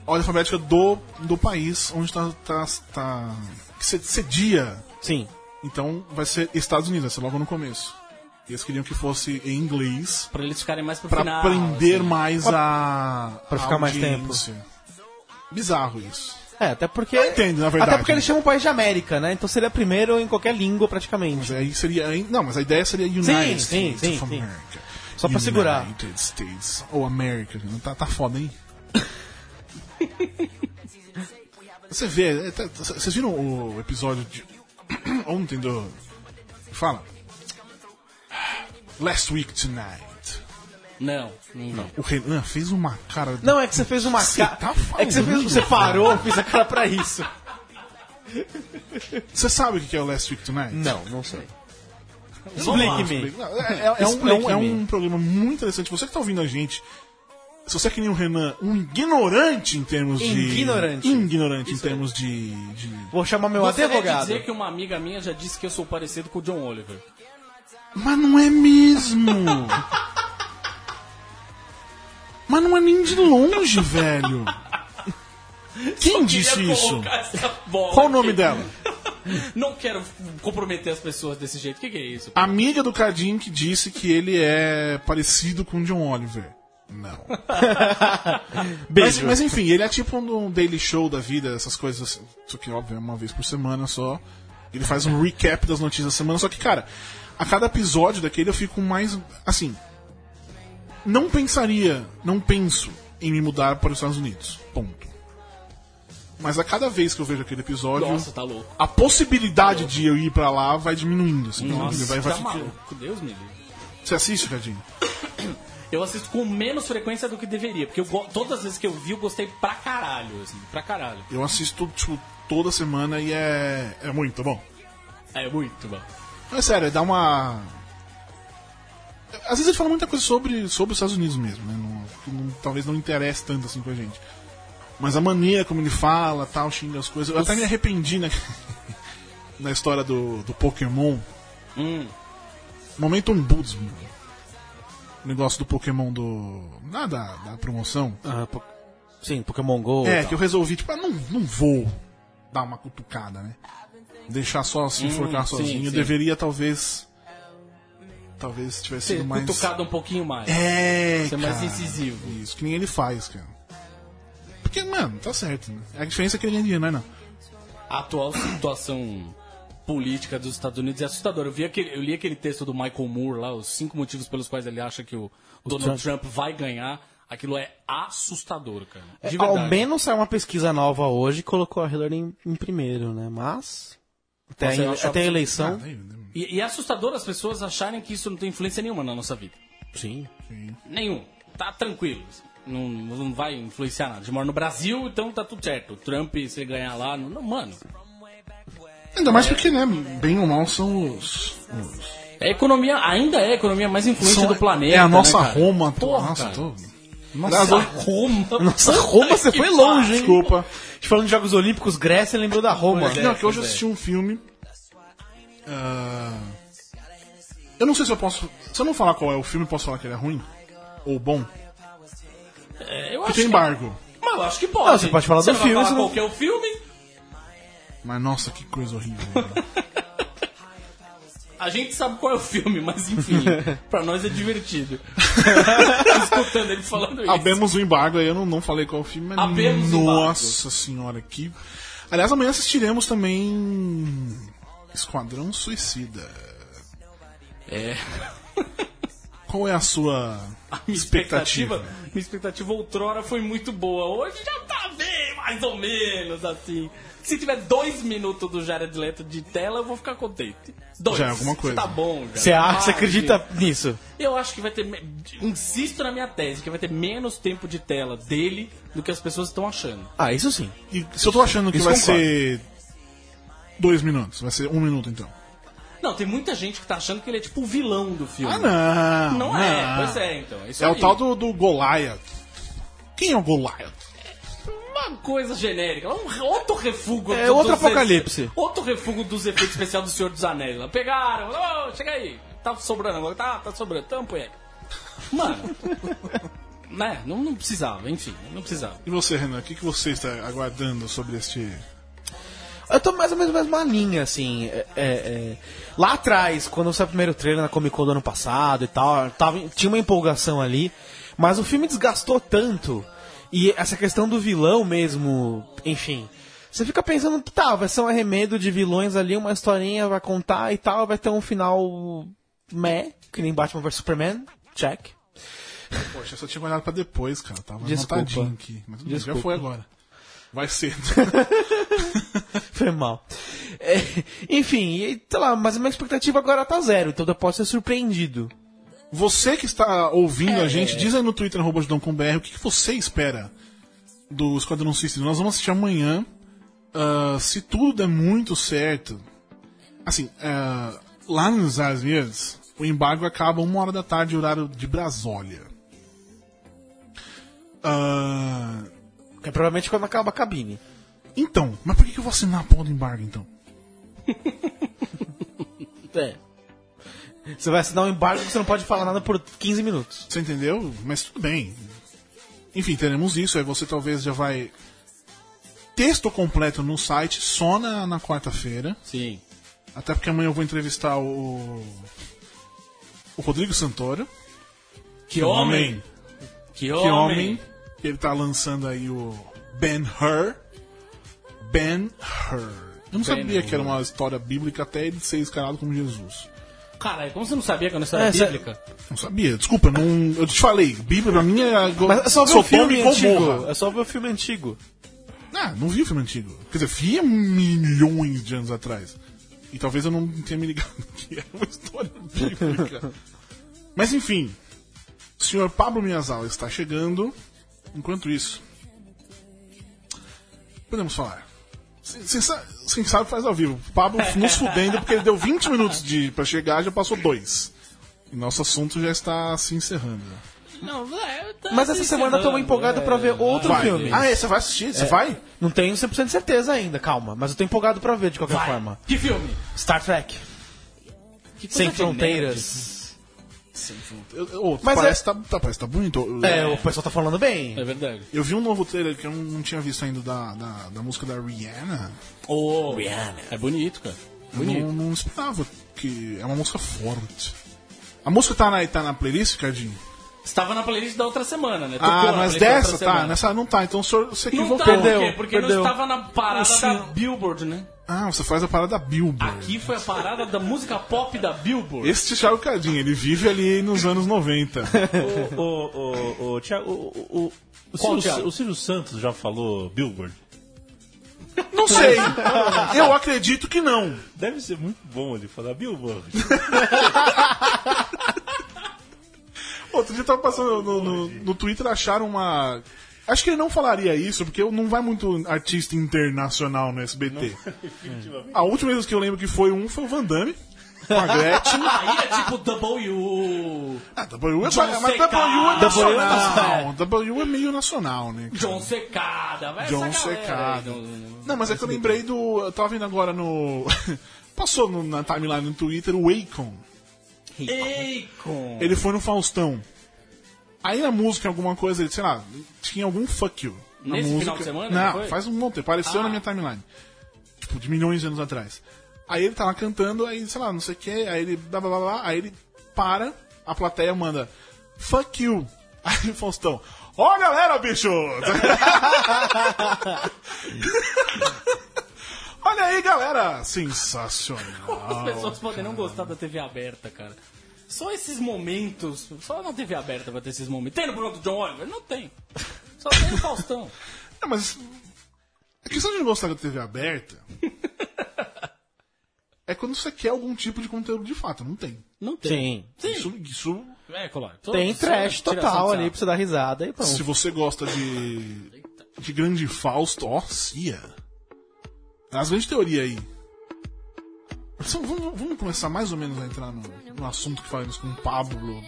D: Ordem alfabética do, do país onde tá. tá, tá que se- sedia.
F: Sim.
D: Então vai ser Estados Unidos, vai ser logo no começo. E eles queriam que fosse em inglês
E: Pra eles ficarem mais pro
D: pra
E: final.
D: prender
E: assim.
D: mais a.
F: Pra
D: a
F: ficar mais
D: audiência. Bizarro isso.
F: É, até porque.
D: Eu entendo, na verdade.
F: Até porque eles chamam o país de América, né? Então seria primeiro em qualquer língua, praticamente.
D: Mas aí seria. Não, mas a ideia seria United
F: Sim,
D: States
F: sim, sim,
D: of
F: sim.
D: America.
F: Só pra segurar.
D: United States ou America. Tá, tá foda, hein? Você vê. é, tá- tá- Vocês viram o episódio de. Ontem do. Fala. Last Week Tonight.
E: Não, não.
D: O Renan fez uma cara.
F: Não, é que você fez uma
D: Você
F: cara.
D: tá
F: é que você, fez,
D: falando,
F: você parou, fez a cara pra isso.
D: Você sabe o que é o Last Week Tonight?
F: Não, não sei.
D: Explique.
F: Explique-me.
D: Não, É, é- é um, é, um, é um programa muito interessante. Você que tá ouvindo a gente, se você é que nem o Renan, um ignorante em termos de.
F: Ignorante.
D: Ignorante em termos de. de-
F: Vou chamar meu
E: Gostaria de
F: advogado.
E: dizer que uma amiga minha já disse que eu sou parecido com o John Oliver.
D: Mas não é mesmo! Mas não é nem de longe, velho! Quem disse
E: Queria
D: isso?
E: colocar essa bola
D: Qual o nome
E: aqui.
D: dela?
E: Não quero comprometer as pessoas desse jeito. O que, que é isso?
D: A Amiga do Cardim que disse que ele é parecido com o John Oliver. Não. Mas,
F: Beijo.
D: mas enfim, ele é tipo um Daily Show da vida, essas coisas assim. Só que, óbvio, é uma vez por semana só. Ele faz um recap das notícias da semana. Só que, cara, a cada episódio daquele eu fico mais. Assim. Não pensaria, não penso em me mudar para os Estados Unidos. Ponto. Mas a cada vez que eu vejo aquele episódio,
E: Nossa, tá louco.
D: a possibilidade de eu ir pra lá vai diminuindo. Assim,
E: Nossa,
D: vai, vai
E: tá
D: ficando-
E: maluco. Deus me livre.
D: Você assiste, Cadinho?
E: Eu assisto com menos frequência do que deveria, porque eu go- todas as vezes que eu vi, eu gostei pra caralho, assim, pra caralho.
D: Eu assisto, tipo, toda semana e é, é muito bom.
E: É muito bom.
D: Não, é sério, dá uma. Às vezes ele fala muita coisa sobre, sobre os Estados Unidos mesmo, né? Não- que não- talvez não interesse tanto assim pra gente. Mas a maneira como ele fala, tal, xinga as coisas. Eu até me arrependi na, na história do, do Pokémon.
E: Hum.
D: Momento Ombudsman. O negócio do Pokémon do. Ah, da, da promoção.
F: Ah, po- Sim, Pokémon GO.
D: É,
F: tal.
D: que eu resolvi, tipo, ah, não, não vou dar uma cutucada, né? Deixar só se enforcar
E: Hum, sim,
D: sozinho. Eu
E: sim.
D: deveria, talvez. Talvez tivesse
E: Ser
D: sido mais.
E: cutucado um pouquinho mais.
D: É,
E: Ser
D: cara.
E: mais incisivo.
D: Isso, que nem ele faz, cara. Porque, mano, tá certo, né? A diferença é que ele ganha dinheiro, não é não.
E: A atual situação política dos Estados Unidos é assustadora. Eu, vi aquele, eu li aquele texto do Michael Moore lá, os cinco motivos pelos quais ele acha que o, Donald Trump. vai ganhar. Aquilo é assustador, cara. De
F: Ao
E: verdade.
F: menos saiu uma pesquisa nova hoje e colocou a Hillary em, em primeiro, né? Mas. Até,
E: Nossa,
F: a-
E: eu achava
F: até a
E: que-
D: Ah,
F: eleição.
D: daí, daí-
E: E, e é assustador as pessoas acharem que isso não tem influência nenhuma na nossa vida.
F: Sim.
E: Nenhum. Tá tranquilo. Não, não vai influenciar nada. Eu moro no Brasil, então tá tudo certo. O Trump, se ele ganhar lá. Não, não, mano,
D: Ainda mais porque, né, bem ou mal são os. os-
E: é a economia, ainda é a economia mais influente
D: são-
E: do planeta.
D: É a nossa
E: né, cara?
D: Roma atual.
E: Porra,
D: Nossa,
E: cara.
D: tô...
E: Nossa,
D: Nossa,
E: Roma.
F: Nossa, Roma,
E: Puta
F: você
E: que
F: foi longe, hein?
D: Desculpa.
F: A gente falando de Jogos Olímpicos, Grécia lembrou da Roma.
E: Pois é.
D: Não, que hoje eu assisti um filme. ah, eu não sei se eu posso. Se eu não falar qual é o filme, eu posso falar que ele é ruim? Ou bom?
E: É, eu
D: Porque tem
E: acho que-
D: embargo.
E: Mas eu acho que pode.
F: Não, você pode falar do
E: não
F: filme,
E: Vai
F: você
E: falar
F: não-
E: qual que é o filme.
D: Mas nossa, que coisa horrível. velho.
E: A gente sabe qual é o filme, mas enfim, pra nós é divertido. Escutando ele falando isso.
D: Abemos o embargo, aí eu não, não falei qual é o filme, mas.
E: Abemos o embargo.
D: nossa senhora, que. Aliás, amanhã assistiremos também. Esquadrão Suicida.
E: É.
D: Qual é a sua
E: Minha
D: expectativa?
E: expectativa, minha expectativa outrora foi muito boa. Hoje já tá bem, mais ou menos, assim. Se tiver dois minutos do Jared Leto de tela, eu vou ficar contente. Dois.
D: Já é alguma coisa.
E: Tá bom, já.
F: Você acha, você
E: Ah,
F: acredita nisso?
E: Eu acho que vai ter. me- Insisto na minha tese, que vai ter menos tempo de tela dele do que as pessoas estão achando.
F: Ah, isso sim.
D: E se eu tô achando que
F: Isso
D: vai
F: concordo.
D: ser. Dois minutos, vai ser um minuto então.
E: Não, tem muita gente que tá achando que ele é tipo o vilão do filme.
D: Ah, não!
E: Não é, pois é, então. Isso
D: É o
E: aí.
D: tal do, do Goliath. Quem é o Goliath?
E: uma coisa genérica, um, outro refugo.
G: É,
E: do-
G: outro
E: dos-
G: apocalipse.
E: Outro refugo dos efeitos especiais do Senhor dos Anéis. lá. Pegaram, ô, chega aí, tá sobrando agora, tá, tá sobrando, tampa aí. Mano, né, não, não precisava, enfim, não precisava.
D: E você, Renan, o que, que você está aguardando sobre este.
G: Eu tô mais ou menos na mesma linha, assim. é, é, é. Lá atrás, quando saiu o primeiro trailer na Comic Con do ano passado e tal, tava, tinha uma empolgação ali. Mas o filme desgastou tanto. E essa questão do vilão mesmo, enfim. Você fica pensando, tá, vai ser um arremedo de vilões ali, uma historinha vai contar e tal, vai ter um final meh, que nem Batman vs Superman, check.
D: Poxa, eu só tinha guardado pra depois, cara. Tava
G: Desculpa.
D: montadinho aqui. Mas tudo bem, já
G: Desculpa.
D: foi agora. Vai cedo.
G: Foi mal. É, enfim, e, sei lá, mas a minha expectativa agora tá zero, então eu posso ser surpreendido.
D: Você que está ouvindo a gente, diz aí no Twitter, arroba Judão com BR, o que, que você espera do Esquadrão Suicida? Nós vamos assistir amanhã. Ah, se tudo der muito certo. Assim, ah, lá nos Estados Unidos, o embargo acaba uma hora da tarde, horário de Brasólia. Ah,
G: É provavelmente quando acaba a cabine.
D: então, mas por que, que eu vou assinar a porra do embargo então?
G: É. Você vai assinar um embargo que você não pode falar nada por 15 minutos.
D: Você entendeu? Mas tudo bem. Enfim, teremos isso. Aí você talvez já vai. Texto completo no site só na, na quarta-feira.
E: Sim.
D: Até porque amanhã eu vou entrevistar o. O Rodrigo Santoro.
E: Que homem! Que
D: Que
E: homem!
D: homem! Ele tá lançando aí o Ben Hur. Ben Hur. Eu não sabia que era uma história bíblica até ele ser escalado como Jesus.
E: Caralho, como você não sabia que era uma história
G: É, cê-
E: bíblica?
D: Não sabia, desculpa, não, eu te falei, Bíblia pra mim é.
G: Mas é só ver
D: Sodoma
G: o
D: e
G: filme antigo.
D: Gomorra.
G: É só ver o filme antigo.
D: Ah, não vi o filme antigo. Quer dizer, vi há milhões de anos atrás. E talvez eu não tenha me ligado que era uma história bíblica. Mas enfim, o senhor Pablo Miyazawa está chegando. Enquanto isso, podemos falar. Sem- Sem sa- sem sabe faz ao vivo. Pablo nos fudendo porque ele deu 20 minutos de, pra chegar já passou dois. E nosso assunto já está se encerrando.
E: Não, é, tá
G: Mas essa
E: se
G: semana eu tô
E: encerrando,
G: empolgado pra ver outro
D: Vai.
G: filme.
D: Ah, é, você vai assistir? Você vai?
G: Não tenho 100% de certeza ainda, calma. Mas eu tô empolgado pra ver de qualquer
E: Vai.
G: forma.
E: Que filme?
G: Star Trek.
E: Que coisa
G: Sem
E: de nerd.
G: Fronteiras.
D: Eu- eu- ô,
G: Mas
D: parece, que tá, tá- parece que tá bonito.
G: É, o pessoal tá falando bem.
E: É verdade.
D: Eu vi um novo trailer que eu não não tinha visto ainda da, da, da música da Rihanna.
E: Oh, é bonito, cara.
D: Eu não, não esperava que. É uma música forte. A música tá na, tá na playlist, Cardinho?
E: Estava na playlist da outra semana, né? Tocou
D: Ah,
E: na
D: mas
E: playlist da
D: dessa
E: outra
D: tá.
E: semana.
D: Nessa não tá. Então o senhor você
E: Não
D: equivocou.
E: tá,
G: Perdeu,
E: por quê? Porque
G: perdeu.
E: não estava na parada
D: Sim.
E: da Billboard, né?
D: Ah, você faz a parada Billboard.
E: Aqui foi a parada da música pop da Billboard.
D: Este Thiago Cardinho, ele vive ali nos anos 90.
H: Ô, ô, ô, ô, Thiago, o, o, é o- o
E: Qual,
H: Silvio-
E: Thiago?
H: o Silvio Santos já falou Billboard?
D: não sei. Eu acredito que não.
H: Deve ser muito bom ele falar Billboard.
D: Outro dia eu tava passando no, no, no Twitter, acharam uma. Acho que ele não falaria isso, porque não vai muito artista internacional no SBT. A última vez que eu lembro que foi um foi o Van Damme, com a Gretchen.
E: Aí é tipo W.
D: Ah, W é,
E: John
D: mas
E: Secada.
D: W é
E: W é
D: nacional. W é meio nacional, né? cara?
E: John Secada, vai
D: John
E: essa galera aí,
D: Secada.
E: John-
D: Não, mas é que eu lembrei do. Eu tava vendo agora no. Passou no- na timeline no Twitter o Akon.
E: Akon.
D: Ele foi no Faustão. Aí na música, alguma coisa, ele, sei lá, tinha algum fuck you. Na
E: Nesse
D: música.
E: final de semana,
D: Não,
E: não foi?
D: faz um monte, apareceu
E: Ah.
D: na minha timeline. Tipo, de milhões de anos atrás. Aí ele tá lá cantando, aí, sei lá, não sei o que, aí ele blá blá blá, blá, aí ele para, a plateia manda, fuck you. Aí o Faustão, ó galera, bicho! Olha aí, galera!
E: As
D: Sensacional!
E: pessoas podem não gostar da TV aberta, cara. Só esses momentos, só na TV aberta vai ter esses momentos. Tem no programa do John Oliver? Não tem. Só tem no Faustão.
D: É, mas. A questão de não gostar da TV aberta. é quando você quer algum tipo de conteúdo de fato. Não tem.
E: Não tem.
G: Sim.
E: Sim.
D: Isso. isso
E: É, claro.
G: Tem
E: Só-
G: trash
E: tiração de
G: total
E: sarro.
G: ali pra você dar risada e
D: se
G: pronto.
D: você gosta de. De grande Fausto. Ó, Cia. As grandes teorias aí. Então, vamos, vamos começar mais ou menos a entrar no, no assunto que falamos com o Pablo.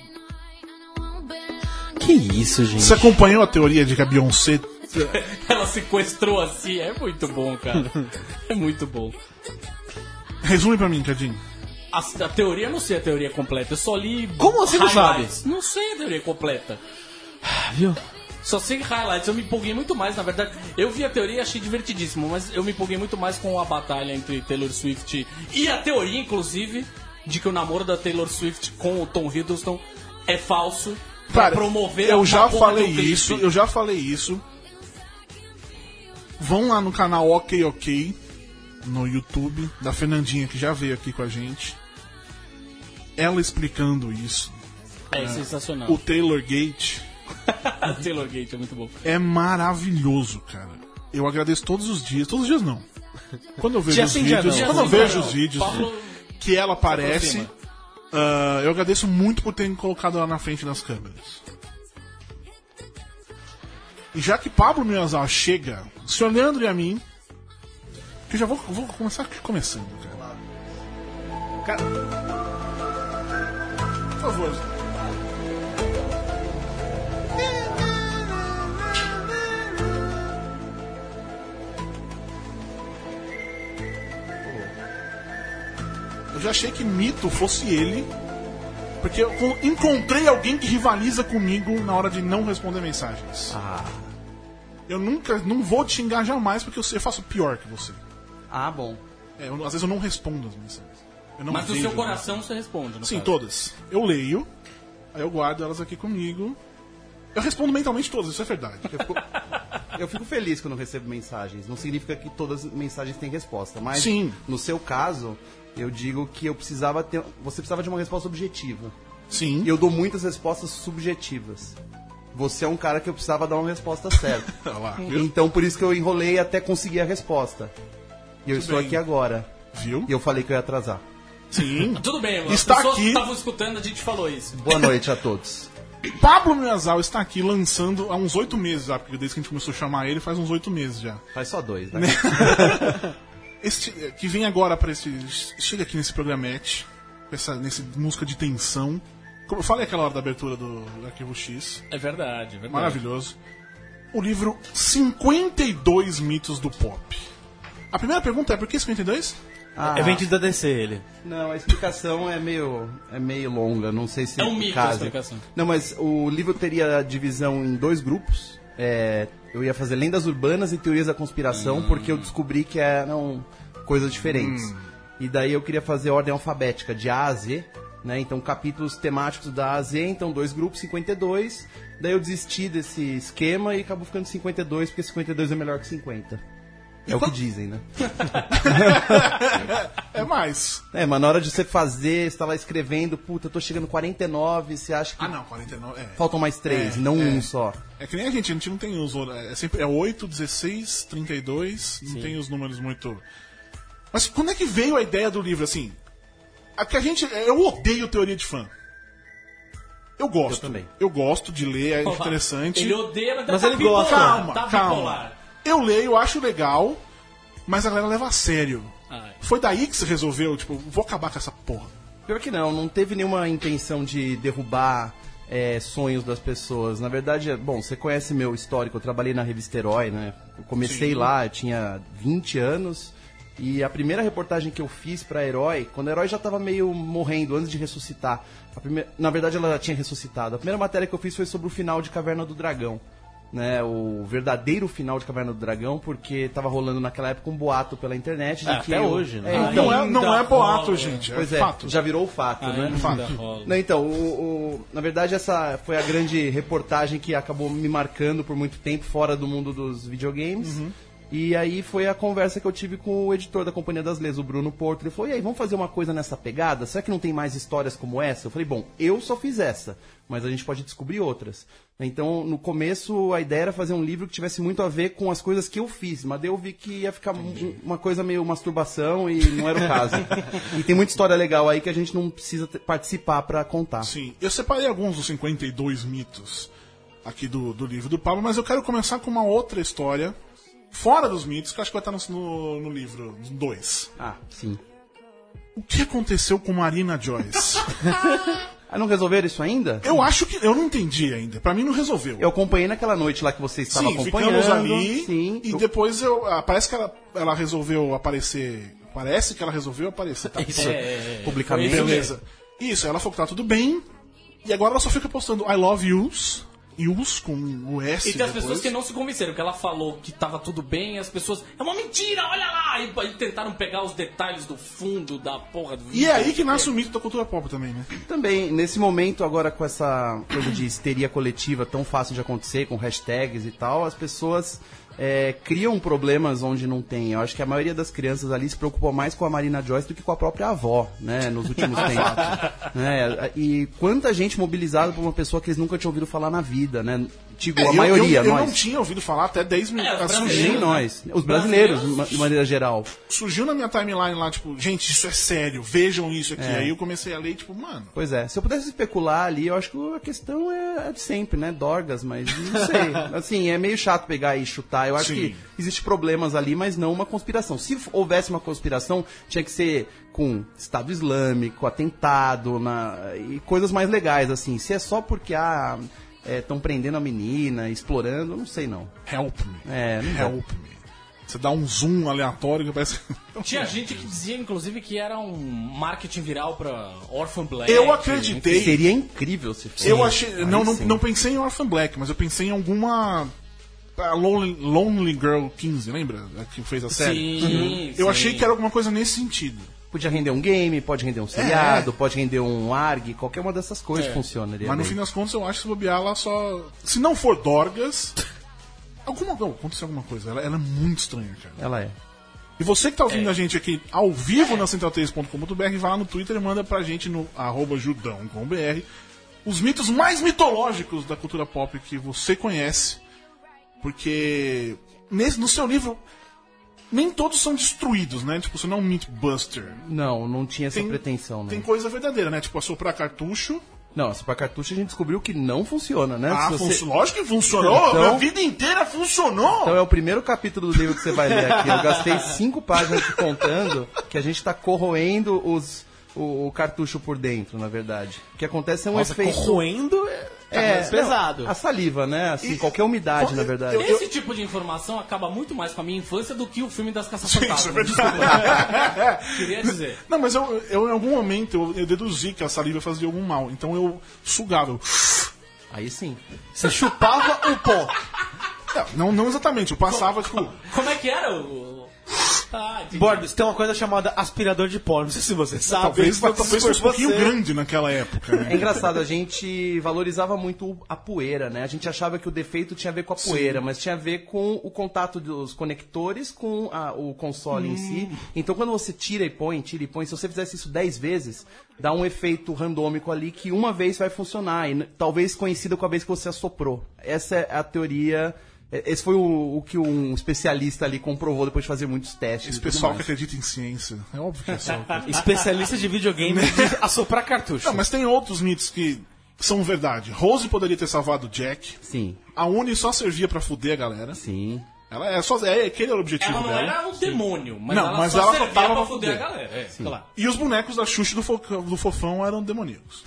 G: Que isso, gente?
D: Você acompanhou a teoria de que a Beyoncé
E: Ela sequestrou assim. É muito bom, cara. É muito bom.
D: Resume pra mim, Cadinho.
E: A, a teoria, eu não sei a teoria completa. Eu só li.
F: Como você não
E: highlights. Não sei a teoria completa.
F: Viu?
E: Só sei highlights. Eu me empolguei muito mais, na verdade. Eu vi a teoria e achei divertidíssimo, mas eu me empolguei muito mais com a batalha entre Taylor Swift e a teoria, inclusive, de que o namoro da Taylor Swift com o Tom Hiddleston é falso. Pra
D: Cara,
E: promover
D: eu
E: uma
D: já
E: porra
D: falei
E: do clipe.
D: isso, eu já falei isso. Vão lá no canal OK OK no YouTube da Fernandinha que já veio aqui com a gente. Ela explicando isso.
E: É sensacional.
D: O Taylor Gate
E: Taylor Gate é muito bom.
D: é maravilhoso, cara. Eu agradeço todos os dias, todos os dias não. Quando eu vejo
F: Dia
D: os
F: sim, dia
D: vídeos,
F: não.
D: quando eu
E: Dia sim,
D: vejo
E: dia
D: os
E: não.
D: vídeos
E: Paulo-
D: que ela aparece,
E: aproxima.
D: ah, eu agradeço muito por ter me colocado ela na frente das câmeras. E já que Pablo Miazal chega, o senhor Leandro e a mim, eu já vou, vou começar aqui começando, cara. Cara, Por favor. Eu já achei que mito fosse ele. Porque eu con- encontrei alguém que rivaliza comigo na hora de não responder mensagens.
E: Ah.
D: Eu nunca, não vou te xingar jamais porque eu, sei- eu faço pior que você.
G: Ah, bom.
D: É, eu não- às vezes eu não respondo as mensagens. Eu não
E: Mas do
D: vejo
E: seu
D: as
E: coração você responde, no
D: Sim,
E: caso.
D: todas. Eu leio, aí eu guardo elas aqui comigo. Eu respondo mentalmente todas, isso é verdade. Eu fico-
G: Eu fico feliz quando eu recebo mensagens. Não significa que todas as mensagens têm resposta, mas
D: Sim.
G: no seu caso, eu digo que eu precisava ter, você precisava de uma resposta objetiva.
D: Sim.
G: E eu dou muitas respostas subjetivas. Você é um cara que eu precisava dar uma resposta certa.
D: Olha Tá lá, viu?
G: então por isso que eu enrolei até conseguir a resposta. E eu estou
D: bem. Hum?
G: aqui agora.
D: Viu?
G: E eu falei que eu ia atrasar.
D: Sim.
E: Tudo bem, as
D: Está
E: pessoas
D: aqui.
E: que estavam escutando, a gente falou isso.
G: Boa noite a todos.
D: Pablo Miazal está aqui lançando há uns oito meses, já, porque desde que a gente começou a chamar ele faz uns oito meses já.
G: Faz só dois, né?
D: Este, eh, que vem agora para esse. Chega aqui nesse programete, com essa, nesse música de tensão. Como eu falei aquela hora da abertura do Arquivo X,
E: É verdade, é verdade.
D: maravilhoso. O livro 52 Mitos do Pop. A primeira pergunta é: por que 52?
G: Ah,
F: É vendido da DC ele.
G: Não, a explicação é meio, é meio longa, não sei se
E: É um mito a
G: casa.
E: explicação.
G: Não, mas o livro teria a divisão em dois grupos. É, eu ia fazer lendas urbanas e teorias da conspiração,
E: Hum.
G: porque eu descobri que eram coisas diferentes. E daí eu queria fazer ordem alfabética, de A a Z, né? Então capítulos temáticos da A a Z, então dois grupos, 52. Daí eu desisti desse esquema e acabou ficando 52, porque 52 é melhor que 50. É o que dizem, né?
D: É mais.
G: É, mas na hora de você fazer, você tá lá escrevendo, puta, eu tô chegando 49, você acha que
D: Ah, não, 49. É.
G: faltam mais três,
D: É,
G: não
D: é.
G: um só.
D: É que nem a gente, a gente não tem os hor- é sempre é 8, 16, 32, não tem os números muito. Mas quando é que veio a ideia do livro assim? A que a gente, é, eu odeio teoria de fã. Eu gosto.
G: Eu também.
D: Eu gosto de ler, é interessante.
E: Ele odeia, mas,
F: Mas
E: tá
F: ele
E: bipolar,
F: gosta.
D: Calma,
E: tá
D: calma.
E: bipolar.
D: Eu leio, acho legal, mas a galera leva a sério.
E: Ai.
D: Foi daí que se resolveu, tipo, vou acabar com essa porra.
G: Pior que não, não teve nenhuma intenção de derrubar é, sonhos das pessoas. Na verdade, é- bom, você conhece meu histórico, eu trabalhei na revista Herói, né? Eu comecei lá, eu tinha 20 anos. E a primeira reportagem que eu fiz pra Herói, quando a Herói já tava meio morrendo, antes de ressuscitar. A primeira- Na verdade, ela já tinha ressuscitado. A primeira matéria que eu fiz foi sobre o final de Caverna do Dragão. né, o verdadeiro final de Caverna do Dragão, porque tava rolando naquela época um boato pela internet de
F: É,
G: que
F: até
G: eu-
F: hoje, né?
G: É,
F: Ah,
G: então,
D: não é, não é
E: ainda
D: boato,
E: rola,
D: gente. É
G: pois é,
D: fato. Ah, é um
G: já virou fato, né?
E: Ainda rola.
G: Não, então, o- o- na verdade, essa foi a grande reportagem que acabou me marcando por muito tempo fora do mundo dos videogames.
D: Uhum.
G: E aí foi a conversa que eu tive com o editor da Companhia das Letras, o Bruno Porto. Ele falou, e aí, vamos fazer uma coisa nessa pegada? Será que não tem mais histórias como essa? Eu falei, bom, eu só fiz essa, mas a gente pode descobrir outras. Então, no começo, a ideia era fazer um livro que tivesse muito a ver com as coisas que eu fiz, mas daí eu vi que ia ficar um- uma coisa meio masturbação e não era o caso. e tem muita história legal aí que a gente não precisa te- participar pra contar.
D: Sim, eu separei alguns dos 52 mitos aqui do, do livro do Pablo, mas eu quero começar com uma outra história, fora dos mitos, que eu acho que vai estar no, no, no livro 2.
G: Ah, sim.
D: O que aconteceu com Marina Joyce?
G: Ah, não resolveram isso ainda?
D: Eu acho que. Eu não entendi ainda. Pra mim não resolveu.
G: Eu acompanhei naquela noite lá que você estava
D: sim,
G: acompanhando.
D: ficamos ali.
G: Sim,
D: e
G: eu-
D: depois eu. ah, Parece que ela, ela resolveu aparecer. Parece que ela resolveu aparecer. Tá,
F: Isso,
G: publicamente.
E: É, foi isso
D: Beleza. Isso, ela falou que tá tudo bem. E agora ela só fica postando I love yous. Yous com o S.
E: E tem as
D: depois.
E: pessoas que não se convenceram, que ela falou que tava tudo bem, e as pessoas. É uma mentira, olha lá! E, e tentaram pegar os detalhes do fundo da porra do
D: E é aí que
E: né?
D: nasce o mito da cultura pop também, né?
G: Também, nesse momento, agora com essa coisa de histeria coletiva tão fácil de acontecer, com hashtags e tal, as pessoas é, criam problemas onde não tem. Eu acho que a maioria das crianças ali se preocupa mais com a Marina Joyce do que com a própria avó, né, nos últimos tempos. né? E quanta gente mobilizada por uma pessoa que eles nunca tinham ouvido falar na vida, né? Digo,
D: É,
G: a
D: eu-
G: maioria,
D: eu, eu, não
G: nós.
D: tinha ouvido falar até 10 minutos.
E: É,
D: Ah,
G: Nem
D: surgiu,
G: nós. Os brasileiros, ma- de maneira geral.
D: surgiu na minha timeline lá, tipo, gente, isso é sério, vejam isso
G: É.
D: aqui. Aí eu comecei a ler, tipo, mano.
G: Pois é, se eu pudesse especular ali, eu acho que a questão é a de sempre, né? Dorgas, mas não sei. Assim, é meio chato pegar e chutar. Eu acho
D: Sim.
G: que existem problemas ali, mas não uma conspiração. Se f- houvesse uma conspiração, tinha que ser com Estado Islâmico, atentado na... e coisas mais legais, assim. Se é só porque ah, estão prendendo a menina, explorando, não sei não.
D: Help me.
G: É, não dá.
D: Help me. Você dá um zoom aleatório que parece.
E: Tinha gente que dizia, inclusive, que era um marketing viral pra Orphan Black.
D: Eu acreditei.
G: Seria incrível se fosse.
D: eu achei.
G: Aí
D: não, não,
G: sim.
D: não pensei em Orphan Black, mas eu pensei em alguma. a Lonely, Lonely Girl 15, lembra? A que fez a série? Uhum.
E: Sim,
D: Eu
E: sim.
D: achei que era alguma coisa nesse sentido.
G: Podia render um game, pode render um seriado, pode render um ARG, qualquer uma dessas coisas funciona né? ali.
D: É. Mas no
G: bem.
D: fim das contas, eu acho que se bobear, ela só. Se não for Dorgas. Alguma, não, aconteceu alguma coisa. Ela, ela é muito estranha, cara.
G: Ela é.
D: E você que tá ouvindo a gente aqui ao vivo na central3.com.br, vai lá no Twitter e manda pra gente no arroba judão.com.br os mitos mais mitológicos da cultura pop que você conhece. Porque nesse, no seu livro, nem todos são destruídos, né? Tipo, você não é um Mythbuster.
G: Não, não tinha essa pretensão, né?
D: Tem coisa verdadeira, né? Tipo, assoprar cartucho.
G: Não, essa pra cartucho a gente descobriu que não funciona, né?
D: Ah,
G: Se você-
D: func- lógico que funcionou.
G: Então-
D: A minha vida inteira funcionou.
G: Então é o primeiro capítulo do livro que você vai ler aqui. Eu gastei cinco páginas te contando que a gente tá corroendo os, o, o cartucho por dentro, na verdade. O que acontece é um
F: Nossa,
G: efeito...
F: corroendo é,
E: Tá,
F: é
G: não,
F: pesado.
G: a saliva, né? Assim, qualquer umidade, na verdade.
E: Esse tipo de informação acaba muito mais com a minha infância do que o filme das
D: Isso é
E: caça-fantasmas.
D: verdade.
E: Queria dizer.
D: Não, mas eu, eu em algum momento eu, eu deduzi que a saliva fazia algum mal, então eu sugava. eu-
G: Aí sim.
F: Você chupava o pó.
D: Não, não exatamente, eu passava, tipo.
E: Como é que era o. Ah, entendi.
F: Borbs, tem uma coisa chamada aspirador de pó. Não sei se você sabe.
D: Talvez,
F: mas
D: talvez fosse um
F: por
D: pouquinho
F: você.
D: grande naquela época. Né?
G: É engraçado, a gente valorizava muito a poeira, né? A gente achava que o defeito tinha a ver com a poeira, mas tinha a ver com o contato dos conectores com a- o console em si.
F: Hum.
G: Então, quando você tira e põe, tira e põe, se você fizesse isso 10 vezes, dá um efeito randômico ali que uma vez vai funcionar, e n- talvez coincida com a vez que você assoprou. Essa é a teoria. é- Esse foi o, o que um especialista ali comprovou depois de fazer muitos testes.
D: Esse
G: e tudo
D: pessoal que
G: mais.
D: acredita em ciência. É óbvio que é só.
F: Especialista de videogame diz assoprar cartucho.
D: Não, mas tem outros mitos que são verdade. Rose poderia ter salvado Jack.
G: Sim,
D: A Uni só servia pra fuder a galera.
G: sim.
D: Ela é só. É, aquele era o objetivo
E: Ela não
D: dela.
E: era um demônio, mas
D: Não,
E: ela
D: mas
E: só
D: ela só
E: servia
D: tava pra
E: pra fuder a
D: fuder.
E: galera. É, claro.
D: E os bonecos da Xuxa e do, Fo- do Fofão eram demoníacos.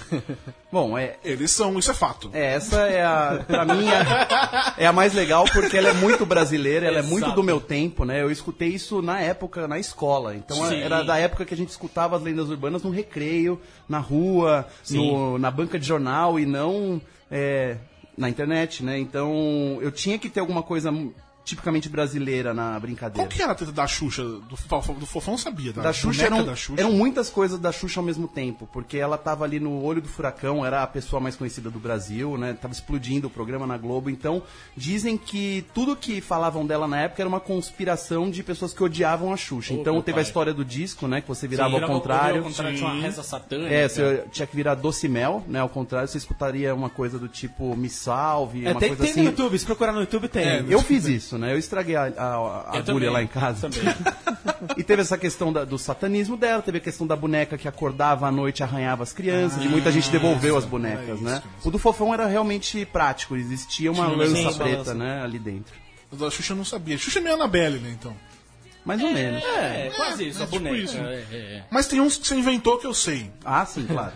G: Bom, é,
D: Eles são, isso é fato.
G: É, essa é a, pra mim, a- é a mais legal porque ela é muito brasileira, ela é muito do meu tempo, né? Eu escutei isso na época, na escola. Então
E: Sim.
G: era da época que a gente escutava as lendas urbanas no recreio, na rua, no- na banca de jornal e não é, na internet, né? Então eu tinha que ter alguma coisa tipicamente brasileira na brincadeira.
D: Qual que era a treta da Xuxa? Do, Fofão- do Fofão eu sabia, da,
G: Da Xuxa, um
D: boneca
G: eram,
D: da Xuxa.
G: eram muitas coisas da Xuxa ao mesmo tempo, porque ela tava ali no olho do furacão, era a pessoa mais conhecida do Brasil, né? Tava explodindo o programa na Globo, então dizem que tudo que falavam dela na época era uma conspiração de pessoas que odiavam a Xuxa. então
E: meu
G: teve
E: pai.
G: a história do disco, né, que você virava
E: Virava
G: ao contrário.
E: Ao contrário, tinha uma né? reza satânica.
G: É, você tinha que virar doce mel, né? Ao contrário, você escutaria uma coisa do tipo me salve,
F: É,
G: uma
F: tem,
G: coisa
F: tem
G: assim.
F: no YouTube, se procurar no YouTube tem.
G: É, Eu fiz isso, né? Eu estraguei a, a- a
E: É, Eu
G: agulha
E: também,
G: lá em casa.
E: também.
G: e teve essa questão da- do satanismo dela, teve a questão da boneca que acordava à noite e arranhava as crianças, e muita gente devolveu as bonecas, né? O do fofão era realmente prático, existia uma
F: Sim,
G: lança
F: sim, uma
G: preta,
F: lança.
G: né, ali dentro.
D: Da Xuxa eu não sabia. Xuxa é meio Annabelle, né, então.
G: Mais ou menos.
E: É, quase isso, a
D: tipo
E: boneca.
D: isso.
E: é, é, é.
D: Mas tem uns que você inventou que eu sei.
G: Ah, sim, claro.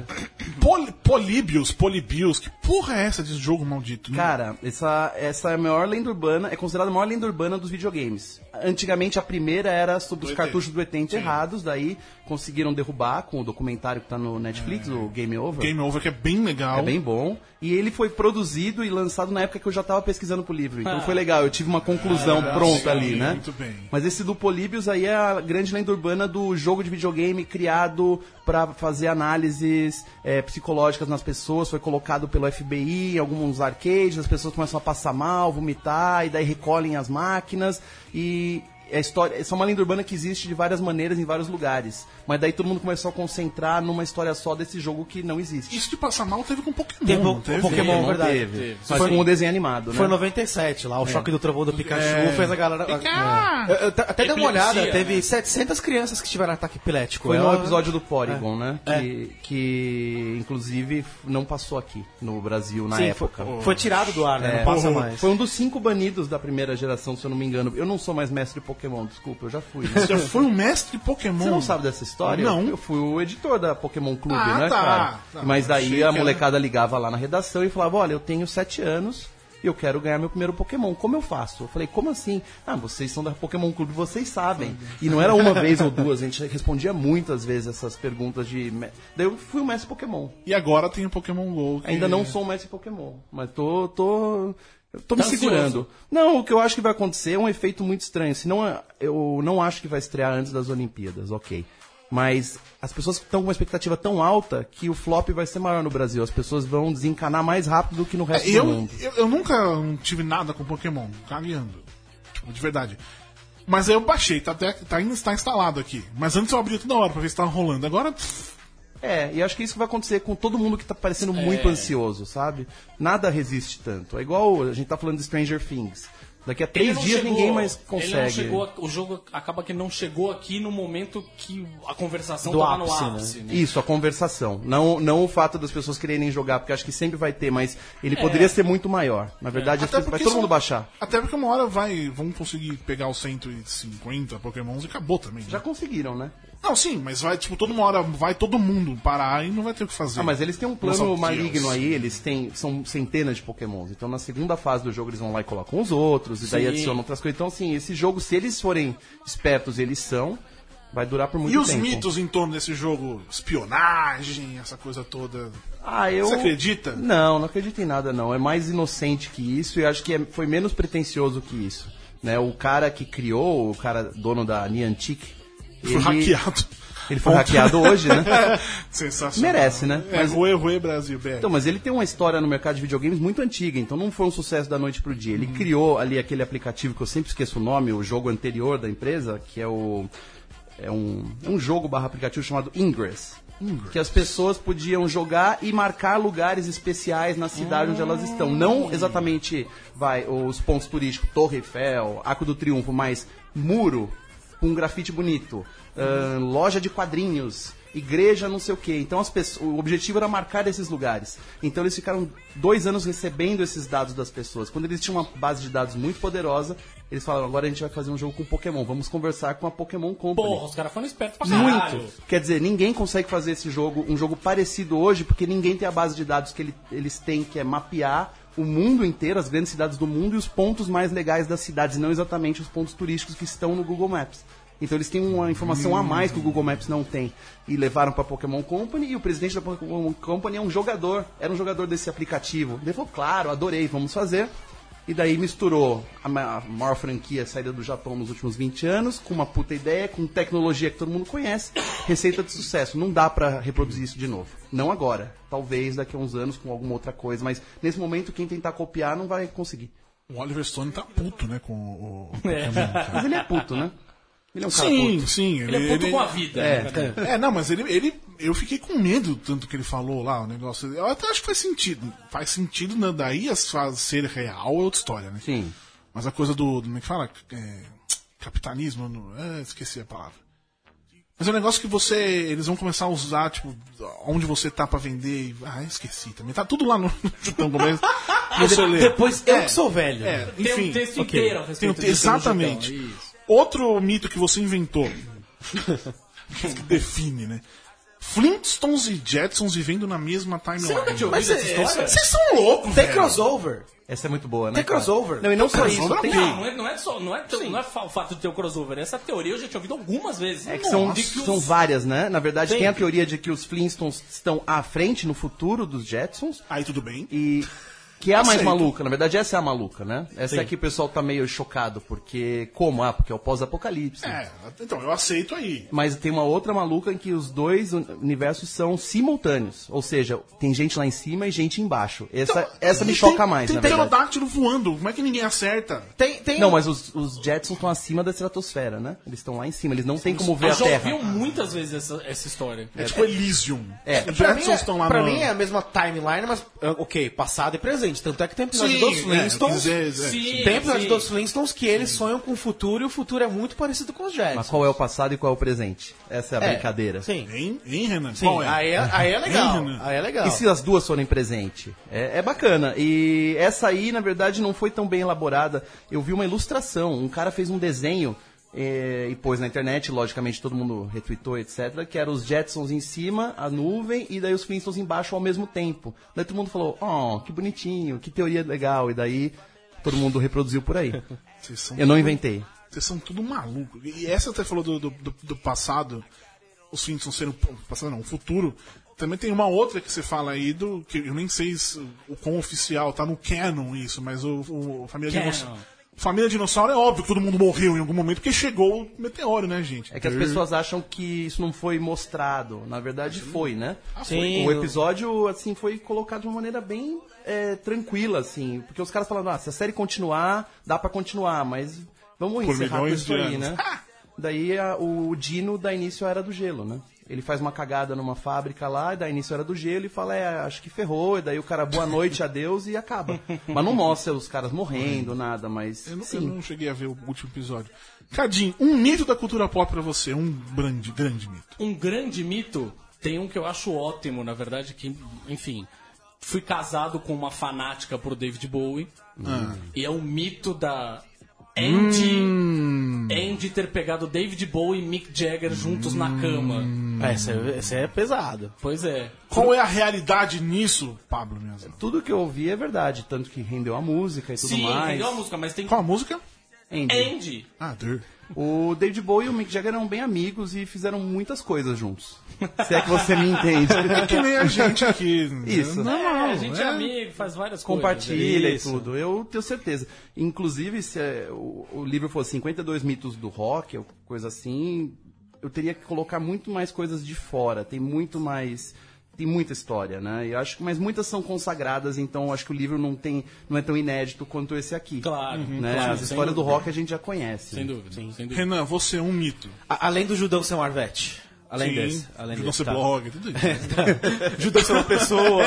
D: Pol Políbios, Polibios, que porra é essa desse jogo maldito?
G: Cara, essa, essa é a maior lenda urbana, é considerada a maior lenda urbana dos videogames. Antigamente a primeira era sobre os
D: ET.
G: cartuchos do ET enterrados, daí conseguiram derrubar com o documentário que tá no Netflix, o Game Over.
D: Game Over, que é bem legal.
G: É bem bom. E ele foi produzido e lançado na época que eu já tava pesquisando pro livro. Então foi legal, eu tive uma conclusão
D: Ah,
G: pronta
D: sim,
G: ali, né?
D: muito bem.
G: Mas esse do Políbios aí é a grande lenda urbana do jogo de videogame criado pra fazer análises eh, psicológicas nas pessoas. Foi colocado pelo FBI em alguns arcades, as pessoas começam a passar mal, vomitar, e daí recolhem as máquinas. E é história, essa é uma lenda urbana que existe de várias maneiras em vários lugares. Mas daí todo mundo começou a concentrar numa história só desse jogo que não existe.
D: Isso de passar mal teve com Pokémon.
F: Tem po-
D: não teve?
F: Pokémon,
G: Não
F: verdade.
G: teve.
E: Teve.
G: Mas foi um desenho animado, né?
F: Foi em 97
G: É.
F: lá, o choque do trovão do Pikachu fez a galera. É. Eu- eu t- até dei uma
E: Epilepsia,
F: olhada,
E: né?
F: teve 700 crianças que tiveram ataque epilético.
G: Foi
F: É
G: no
F: uma-
G: tipo, um episódio do Porygon, né? Que, que, inclusive, não passou aqui no Brasil na
F: Sim,
G: época.
F: Foi, foi tirado do ar, né?
G: É.
F: Não passa
E: Uhum.
D: Porra.
F: mais.
G: Foi um dos cinco banidos da primeira geração, se eu não me engano. Eu não sou mais mestre de Pokémon, desculpa, eu já fui. né?
D: Já foi um mestre de Pokémon.
G: Você não sabe dessa história?
D: Não.
G: Eu fui o editor da Pokémon Clube,
D: Ah,
G: né,
D: tá.
G: cara?
D: Tá,
G: Mas
D: achei
G: daí
D: que
G: a
D: era-
G: molecada ligava lá na redação e falava: Olha, eu tenho sete anos e eu quero ganhar meu primeiro Pokémon. Como eu faço? Eu falei: Como assim? Ah, vocês são da Pokémon Clube, vocês sabem. E não era uma vez ou duas, a gente respondia muitas vezes essas perguntas de. me- Daí eu fui o mestre Pokémon.
D: E agora tem o Pokémon GO. que-
G: Ainda
E: É.
G: não sou mais Pokémon, mas tô. tô. eu Tô me
E: Tá
G: segurando.
E: ansioso.
G: Não, o que eu acho que vai acontecer é um efeito muito estranho. Senão, eh, eu não acho que vai estrear antes das Olimpíadas, ok. Mas as pessoas estão com uma expectativa tão alta que o flop vai ser maior no Brasil. As pessoas vão desencanar mais rápido do que no
E: É,
G: resto do
D: É, Eu,
G: mundo.
D: eu, eu nunca tive nada com Pokémon, cagando. Tipo, de verdade. Mas aí eu baixei, tá, até, tá, ainda está instalado aqui. Mas antes eu abria toda hora pra ver se tava rolando. Agora, pff,
G: É, e acho que isso vai acontecer com todo mundo que tá parecendo
E: É.
G: muito ansioso, sabe? Nada resiste tanto. É igual a gente tá falando de Stranger Things. Daqui a
E: Ele
G: três
E: não
G: dias
E: chegou-
G: ninguém mais
E: ele não
G: consegue.
E: chegou a- o jogo acaba que não chegou aqui no momento que a conversação
F: Do
E: tava
F: ápice,
E: no
F: né?
E: ápice. Né?
G: Isso, a conversação. Não, não o fato das pessoas quererem jogar, porque acho que sempre vai ter, mas ele poderia ser muito maior. Na verdade, acho que vai todo
D: isso-
G: mundo baixar.
D: Até porque uma hora vai, vão conseguir pegar os 150 Pokémons e acabou também. né?
G: Já conseguiram, né?
D: Não, sim, mas vai, tipo, toda uma hora vai todo mundo parar e não vai ter o que fazer.
G: Ah, mas eles têm um
D: Não
G: plano
D: são
G: maligno
D: tios.
G: aí, eles têm, são centenas de pokémons. Então na segunda fase do jogo eles vão lá e colocam os outros, e daí
E: Sim.
G: adicionam outras coisas. Então assim, esse jogo, se eles forem espertos, eles são, vai durar por muito
D: E os
G: tempo.
D: mitos em torno desse jogo? Espionagem, essa coisa toda.
G: Ah, eu...
D: Você acredita?
G: Não, não acredito em nada, não. É mais inocente que isso e acho que é- foi menos pretensioso que isso. Né? O cara que criou, o cara dono da Niantic...
D: Foi
G: ele-
D: hackeado.
G: Ele foi hackeado hoje, né?
D: Sensacional.
G: Merece, né?
D: É,
G: Mas-
D: Rue Rue Brasil, BR.
G: Então, mas ele tem uma história no mercado de videogames muito antiga, então não foi um sucesso da noite pro dia. Ele criou ali aquele aplicativo que eu sempre esqueço o nome, o jogo anterior da empresa, que é o. É um, é um jogo barra aplicativo chamado Ingress. Que as pessoas podiam jogar e marcar lugares especiais na cidade onde elas estão. Não exatamente, vai, os pontos turísticos, Torre Eiffel, Arco do Triunfo, mas muro, com um grafite bonito, ahn, loja de quadrinhos, igreja não sei o quê. Então as pessoas, o objetivo era marcar esses lugares. Então eles ficaram dois anos recebendo esses dados das pessoas. Quando eles tinham uma base de dados muito poderosa, eles falaram, agora a gente vai fazer um jogo com Pokémon, vamos conversar com a Pokémon Company.
E: Porra, os caras foram espertos pra caralho.
G: Muito. Quer dizer, ninguém consegue fazer esse jogo, um jogo parecido hoje, porque ninguém tem a base de dados que ele- eles têm, que é mapear o mundo inteiro, as grandes cidades do mundo e os pontos mais legais das cidades, não exatamente os pontos turísticos que estão no Google Maps. Então eles têm uma informação a mais que o Google Maps não tem. E levaram pra Pokémon Company e o presidente da Pokémon Company é um jogador, era um jogador desse aplicativo. Ele falou, claro, adorei, vamos fazer. E daí misturou a ma- a maior franquia saída do Japão nos últimos 20 anos, com uma puta ideia, com tecnologia que todo mundo conhece, receita de sucesso. Não dá pra reproduzir isso de novo. Não agora. Talvez daqui a uns anos com alguma outra coisa, mas nesse momento quem tentar copiar não vai conseguir.
D: O Oliver Stone tá puto, né, com o... o-
G: Mas ele é puto, né? Ele é um cara
D: Sim,
G: puto.
D: sim.
E: Ele é puto com a vida.
G: É.
E: né?
D: É, não, mas ele, ele. Eu fiquei com medo do tanto que ele falou lá, o negócio. Eu até acho que faz sentido. Faz sentido, né? Daí as faz- ser real é outra história, né?
G: Sim.
D: Mas a coisa do. do- Como é que fala? É, capitalismo. no- é, esqueci a palavra. Mas é um negócio que você. Eles vão começar a usar, tipo, onde você tá pra vender. e- Ah, esqueci também. Tá tudo lá no chutão, começo. Você lê.
F: Depois eu que sou velho.
D: É,
E: Tem
D: enfim.
E: um texto
F: ok.
E: inteiro
D: Tem
E: a
D: um
E: respeito então.
D: te-
E: disso no
D: exatamente.
E: Japão, é isso.
D: Outro mito que você inventou. define, né? Flintstones e Jetsons vivendo na mesma timeline.
E: Você nunca tinha ouvido
D: é,
G: é,
E: essa história?
D: Vocês são loucos,
F: Tem
D: velho.
F: crossover.
G: Essa é muito boa, né?
F: Tem
G: cara?
F: crossover.
G: Não, e não só
D: Crossover
G: isso.
D: é
G: Tem...
D: bom.
E: Não, não é, não é só, não é, tão- não é fa- o fato de ter o crossover. Essa teoria eu já tinha ouvido algumas vezes.
G: É que são,
E: Nossa.
G: de que são várias, né? Na verdade, tem.
F: Tem.
G: a teoria de que os Flintstones estão à frente no futuro dos Jetsons
D: Aí tudo bem.
G: e que é a mais
D: Aceito.
G: maluca. Na verdade, essa é a maluca, né? Essa é que o pessoal tá meio chocado, porque como? Ah, porque é o pós-apocalipse.
D: É, então, eu aceito aí.
G: Mas tem uma outra maluca em que os dois uni- universos são simultâneos. Ou seja, tem gente lá em cima e gente embaixo. Essa, essa me
D: Então, E
G: choca
D: tem-
G: mais,
D: Tem
G: na verdade.
D: pterodáctilo voando, como é que ninguém acerta?
F: Tem, tem...
G: Não, mas os, os Jetsons estão acima da estratosfera, né? Eles estão lá em cima, eles não têm como ver
E: Eu
G: a
E: já ouvi
D: um
G: Terra.
E: muitas vezes essa, essa história.
D: É, tipo Elysium.
G: É.
D: Os
F: Pra mim,
D: Jetsons
F: é,
D: estão lá
F: pra
D: no...
F: mim é a mesma timeline, mas ah, ok, passado e presente. Tanto é que tem episódio
D: Sim,
F: dos
D: é,
F: Flintstones.
D: quer dizer, é.
E: Sim,
F: tem episódio
E: sim.
F: dos Flintstones que eles sonham com o futuro e o futuro é muito parecido com os
G: Mas
F: Jets.
G: qual é o passado e qual é o presente? Essa é a brincadeira.
F: Sim.
D: Hein, hein Renan?
F: Sim,
D: Qual é?
F: Aí, é, aí é legal.
D: Hein, Renan?
F: Aí é legal.
G: E se as duas forem presente? É, é bacana. E essa aí, na verdade, não foi tão bem elaborada. Eu vi uma ilustração. Um cara fez um desenho eh, e pôs na internet, logicamente todo mundo retweetou, etc. Que era os Jetsons em cima, a nuvem, e daí os Flintstones embaixo ao mesmo tempo. Daí todo mundo falou, oh, que bonitinho, que teoria legal. E daí todo mundo reproduziu por aí.
D: Vocês são
G: Eu não inventei.
D: Vocês são tudo maluco. E essa até falou do, do, do- do passado, os Flintstones sendo passado não, o futuro. Também tem uma outra que você fala aí do que eu nem sei se, o quão oficial tá no canon isso, mas o, o família
E: Canon.
D: dinossauro. Família dinossauro é óbvio que todo mundo morreu em algum momento porque chegou o meteoro, né, gente?
G: É
F: Hum.
G: que as pessoas acham que isso não foi mostrado. Na verdade, foi, né?
F: Sim,
G: O episódio, assim, foi colocado de uma maneira bem é, tranquila, assim. Porque os caras falando, ah, se a série continuar, dá pra continuar, mas vamos
D: Por
G: encerrar com
D: milhões
G: isso
D: de
G: aí,
D: anos.
G: né? Daí a- o Dino dá início à Era do Gelo, né? Ele faz uma cagada numa fábrica lá, dá início à Era do Gelo e fala, é, acho que ferrou. E daí o cara, boa noite, adeus, e acaba. Mas não mostra os caras
F: Hum.
G: morrendo, nada, mas
D: Eu não, eu
G: sim.
D: não cheguei a ver o último episódio. Cadinho, um mito da cultura pop pra você, um grande, grande mito.
E: Um grande mito tem um que eu acho ótimo, na verdade, que, enfim, fui casado com uma fanática por David Bowie.
F: Ah.
E: E é o mito da Andy,
F: Hum.
E: Andy ter pegado David Bowie e Mick Jagger juntos na cama.
F: É, esse é, esse é pesado.
E: Pois é.
D: Qual é a realidade nisso, Pablo Miazão?
G: Tudo que eu ouvi é verdade, tanto que rendeu a música e tudo
E: Sim,
G: mais.
E: entendeu a música, É, mas tem
D: Qual a música?
G: Andy.
E: Andy.
D: Ah, Deus.
G: O David Bowie e o Mick Jagger eram bem amigos e fizeram muitas coisas juntos. Se é que você me entende.
D: É que nem a gente aqui. né?
G: Isso.
D: Não,
E: É, a gente é, amigo, faz várias coisas.
G: Compartilha e
F: Isso.
G: tudo. Eu tenho certeza. Inclusive, se é, o, o livro for 52 mitos do rock, ou coisa assim, eu teria que colocar muito mais coisas de fora. Tem muito mais. Tem muita história, né? E Eu acho, que- mas muitas são consagradas, então eu acho que o livro não, tem, não é tão inédito quanto esse aqui.
E: Claro,
G: Né?
E: claro,
G: As
E: sem
G: histórias do
E: dúvida.
G: rock a gente já conhece. né?
E: Sem dúvida, sem dúvida.
D: Renan, você é um mito.
F: A- além do Judão ser um Arvete. Além
D: Sim.
F: desse. Além
D: de
F: desse,
D: nosso
F: tá.
D: blog, tudo isso. né?
F: Judão ser uma pessoa.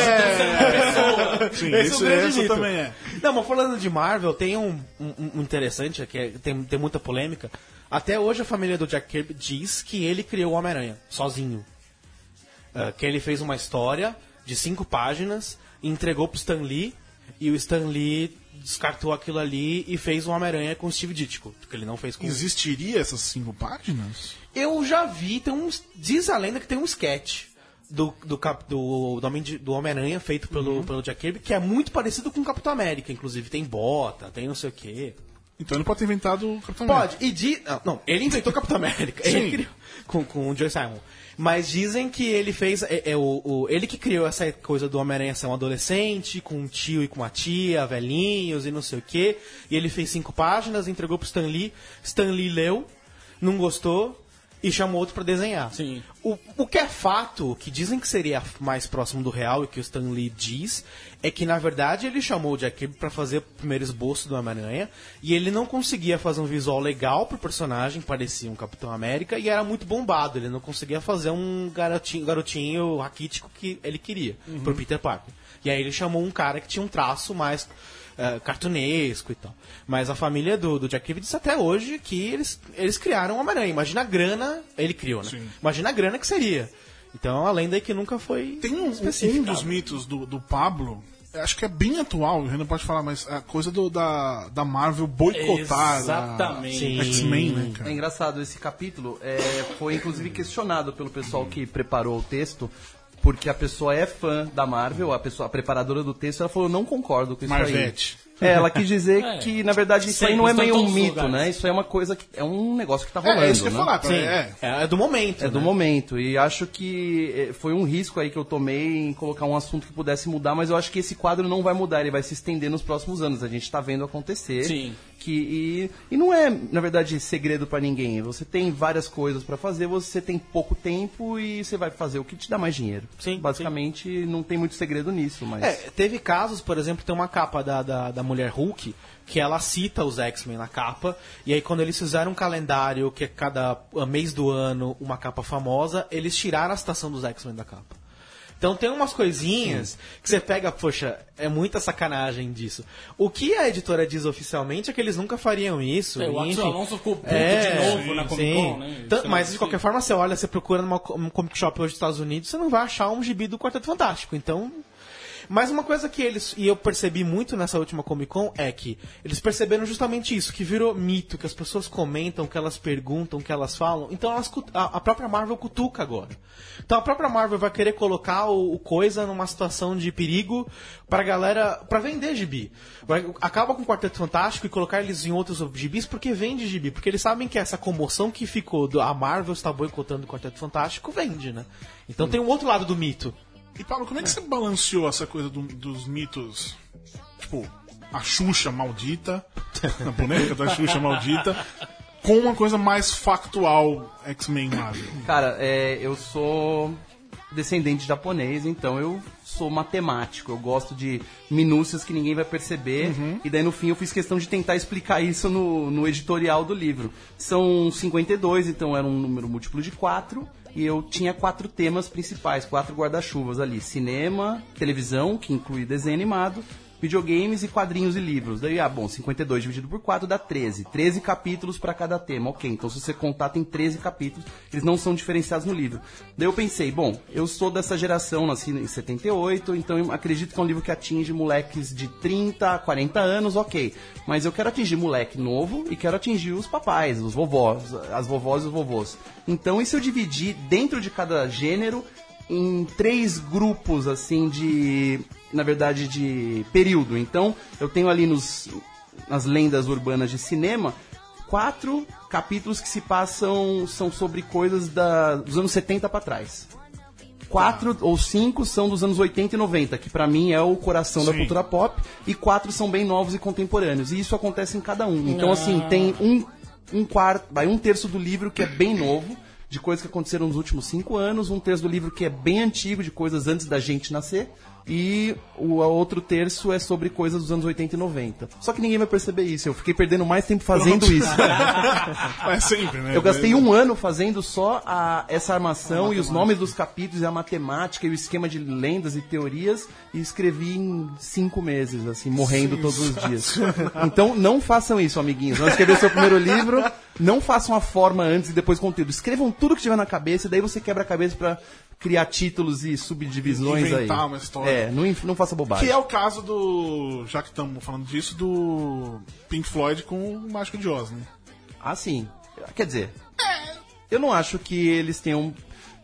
D: Sim,
F: Esse é o
D: isso,
F: grande
D: isso
F: mito.
D: também é.
F: Não, mas falando de Marvel, tem um, um- um interessante, que é- tem, tem muita polêmica. Até hoje a família do Jack Kirby diz que ele criou o Homem-Aranha, sozinho. Ah, que ele fez uma história de cinco páginas, entregou pro Stan Lee, e o Stan Lee descartou aquilo ali e fez o Homem-Aranha com o Steve Ditko, que ele não fez com
D: Existiria essas cinco páginas?
F: eu já vi, tem um, diz a lenda que tem um sketch do, do, Cap- do, do Homem de- do Homem-Aranha feito pelo, pelo Jack Kirby, que é muito parecido com o Capitão América, inclusive. Tem bota, tem não sei o quê.
D: Então ele pode ter inventado o Capitão
F: Pode, e diz. Não, não, ele inventou o Capitão América.
D: Sim.
F: Ele criou, com, com o Joe Simon. Mas dizem que ele fez. É, é o, o- ele que criou essa coisa do Homem-Aranha ser um adolescente, com um tio e com uma tia, velhinhos e não sei o quê. E ele fez cinco páginas, entregou pro Stan Lee. Stan Lee leu, não gostou e chamou outro pra desenhar.
E: Sim.
F: O, o que é fato, o que dizem que seria mais próximo do real e que o Stan Lee diz, é que na verdade ele chamou o Jack Kirby pra fazer o primeiro esboço do Homem-Aranha e ele não conseguia fazer um visual legal pro personagem, parecia um Capitão América e era muito bombado, ele não conseguia fazer um garotinho, garotinho raquítico que ele queria pro Peter Parker. E aí ele chamou um cara que tinha um traço mais eh, cartunesco e tal. Mas a família do, do Jack Kirby diz até hoje que eles, eles criaram o Homem-Aranha. Imagina a grana, ele criou, né?
D: Sim.
F: Imagina a grana que seria. Então a lenda é que nunca foi
D: Tem um, um
F: especificada.
D: dos mitos do, do Pablo acho que é bem atual, o Renan pode falar, mas a coisa do, da, da Marvel boicotar
E: Exatamente.
D: a X-Men, né, cara?
G: É engraçado, esse capítulo é, foi inclusive questionado pelo pessoal que preparou o texto, porque a pessoa é fã da Marvel, a pessoa a preparadora do texto, ela falou, não concordo com isso
D: Marvete.
G: aí. É, ela quis dizer
E: É.
G: que, na verdade, isso aí
E: Sempre,
G: não é
E: estão em
G: meio um
E: todos os
G: mito,
E: lugares.
G: né? Isso aí é uma coisa que. É um negócio que tá rolando.
D: É, é isso que eu
G: né?
D: ia falar, cara, é.
F: É, é do momento.
G: É do
F: né?
G: momento. E acho que eh, foi um risco aí que eu tomei em colocar um assunto que pudesse mudar, mas eu acho que esse quadro não vai mudar, ele vai se estender nos próximos anos. A gente tá vendo acontecer.
E: Sim.
G: Que, e, e não é, na verdade, segredo pra ninguém. Você tem várias coisas pra fazer, você tem pouco tempo e você vai fazer o que te dá mais dinheiro.
F: Sim,
G: Basicamente, não tem muito segredo nisso, mas.
F: É, teve casos, por exemplo, tem uma capa da, da, da Mulher Hulk que ela cita os X-Men na capa, e aí quando eles fizeram um calendário que é cada ah, mês do ano uma capa famosa, eles tiraram a citação dos X-Men da capa. Então tem umas coisinhas que você pega, poxa, é muita sacanagem disso. O que a editora diz oficialmente é que eles nunca fariam isso.
E: É, o Axel
F: enfim. É,
E: Alonso ficou puto de novo na Comic Con, né?
F: Tan-
E: Isso é
F: Mas de
E: assim.
F: qualquer forma, você olha, você procura numa co- num comic shop hoje dos Estados Unidos, você não vai achar um gibi do Quarteto Fantástico. Então. Mas uma coisa que eles, e eu percebi muito nessa última Comic Con, é que eles perceberam justamente isso, que virou mito, que as pessoas comentam, que elas perguntam, que elas falam. Então elas, cu- a, a própria Marvel cutuca agora. Então a própria Marvel vai querer colocar o, o coisa numa situação de perigo pra galera, pra vender gibi. Vai, acaba com o Quarteto Fantástico e colocar eles em outros gibis porque vende gibi. Porque eles sabem que essa comoção que ficou do a Marvel está boicotando o Quarteto Fantástico vende, né? Então tem um outro lado do mito.
D: E Paulo, como é que você balanceou essa coisa do- dos mitos? Tipo, a Xuxa maldita, a boneca da Xuxa maldita, com uma coisa mais factual X-Men Marvel.
G: Cara, é, eu sou descendente japonês, então eu sou matemático. Eu gosto de minúcias que ninguém vai perceber. E daí no fim eu fiz questão de tentar explicar isso no, no editorial do livro. São 52, então era um número múltiplo de 4. E eu tinha quatro temas principais, quatro guarda-chuvas ali: cinema, televisão, que inclui desenho animado, videogames e quadrinhos e livros. Daí, ah, bom, 52 dividido por 4 dá 13. 13 capítulos pra cada tema. Ok, então se você contar, tem 13 capítulos. Eles não são diferenciados no livro. Daí eu pensei, bom, eu sou dessa geração, nasci em 78, então eu acredito que é um livro que atinge moleques de 30 a 40 anos, ok. Mas eu quero atingir moleque novo e quero atingir os papais, os vovós, as vovós e os vovôs. Então, e se eu dividir dentro de cada gênero em três grupos, assim, de. Na verdade, de período. Então, eu tenho ali nos, nas lendas urbanas de cinema quatro capítulos que se passam são sobre coisas da, dos anos 70 pra trás. Quatro ou cinco são dos anos 80 e 90, que pra mim é o coração da cultura pop, e quatro são bem novos e contemporâneos. E isso acontece em cada um. Então, assim, tem um, um quarto, vai, um terço do livro que é bem novo, de coisas que aconteceram nos últimos cinco anos, um terço do livro que é bem antigo, de coisas antes da gente nascer, e o a outro terço é sobre coisas dos anos 80 e 90. Só que ninguém vai perceber isso, eu fiquei perdendo mais tempo fazendo isso.
D: É sempre, né?
G: Eu gastei um ano fazendo só a- essa armação e os nomes dos capítulos e a matemática e o esquema de lendas e teorias e escrevi em cinco meses, assim, morrendo todos os dias. Então não façam isso, amiguinhos. Vão escrever seu primeiro livro, não façam a forma antes e depois o conteúdo. Escrevam tudo que tiver na cabeça e daí você quebra a cabeça pra criar títulos e subdivisões
D: Inventar
G: aí.
D: uma história.
G: É, não, inf- não faça bobagem.
D: Que é o caso do. Já que estamos falando disso, do Pink Floyd com o Mágico de Oz, né?
G: Ah, sim. Quer dizer, eu não acho que eles tenham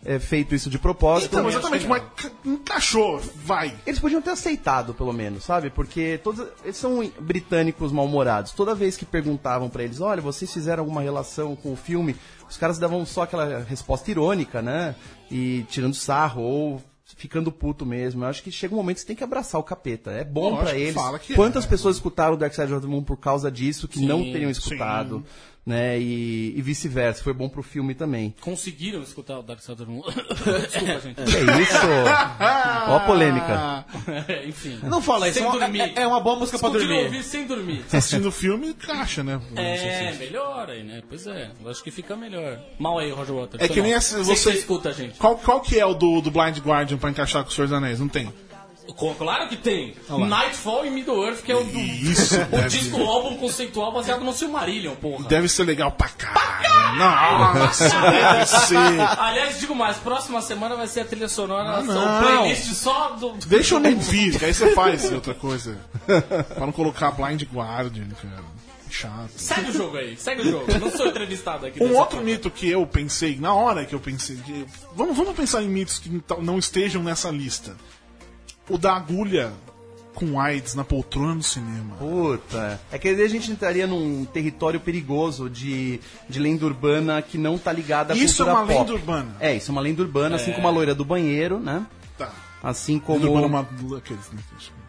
G: é, feito isso de propósito.
D: Então, exatamente, mas ca- encaixou, vai.
G: Eles podiam ter aceitado, pelo menos, sabe? Porque todos eles são britânicos mal-humorados. Toda vez que perguntavam pra eles, olha, vocês fizeram alguma relação com o filme, os caras davam só aquela resposta irônica, né? E tirando sarro ou ficando puto mesmo. Eu acho que chega um momento que você tem que abraçar o capeta. É bom
D: Lógico,
G: pra eles.
D: fala que é,
G: Quantas
D: né?
G: pessoas escutaram o Dark Side of the Moon por causa disso que não teriam
D: sim.
G: escutado, né? E, e vice-versa. Foi bom pro filme também.
E: Conseguiram escutar o Dark Side of the Moon. Desculpa, gente.
G: É isso. Ó a polêmica.
E: É, Enfim.
F: Não fala isso,
E: Sem
F: é uma-
E: dormir.
F: é, é uma boa música pra
E: Continua
F: dormir.
E: ouvir sem dormir.
D: Tá Assistindo o filme, encaixa, né?
E: É, melhor aí, né? Pois é, eu acho que fica melhor. Mal aí, Roger Waters.
D: É
E: foi
D: que
E: mal.
D: nem essa-
E: Sei que
D: você-
E: escuta, gente.
D: Qual, qual que é o do, do Blind Guardian pra encaixar com o Senhor dos Anéis? Não tem.
E: Co- Claro que tem. Nightfall e Middle Earth, que é o, do-
D: Isso,
E: o
D: deve-
E: disco o álbum conceitual baseado no Silmarillion, porra.
D: Deve ser legal pra caralho. Nossa, deve ser.
E: Aliás, digo mais, próxima semana vai ser a trilha sonora,
D: Ah,
E: só-
D: não.
E: playlist só do. do-
D: Deixa eu no vídeo, que aí você faz outra coisa. Pra não colocar Blind Guardian, cara. Chato.
E: Segue o jogo aí, segue o jogo. Não sou entrevistado aqui.
D: Um
E: nessa
D: outro
E: porra.
D: mito que eu pensei, na hora que eu pensei. que- vamos, vamos pensar em mitos que então não estejam nessa lista. O da agulha com AIDS na poltrona no cinema.
G: Puta. É que aí a gente entraria num território perigoso de, de lenda urbana que não tá ligada à
D: Isso é
G: cultura
D: uma lenda
G: pop.
D: urbana.
G: É, isso é uma lenda urbana, assim como a loira do banheiro, né?
D: Tá.
G: Assim
D: Lenda urbana é
G: como.
D: uma- aqueles, né?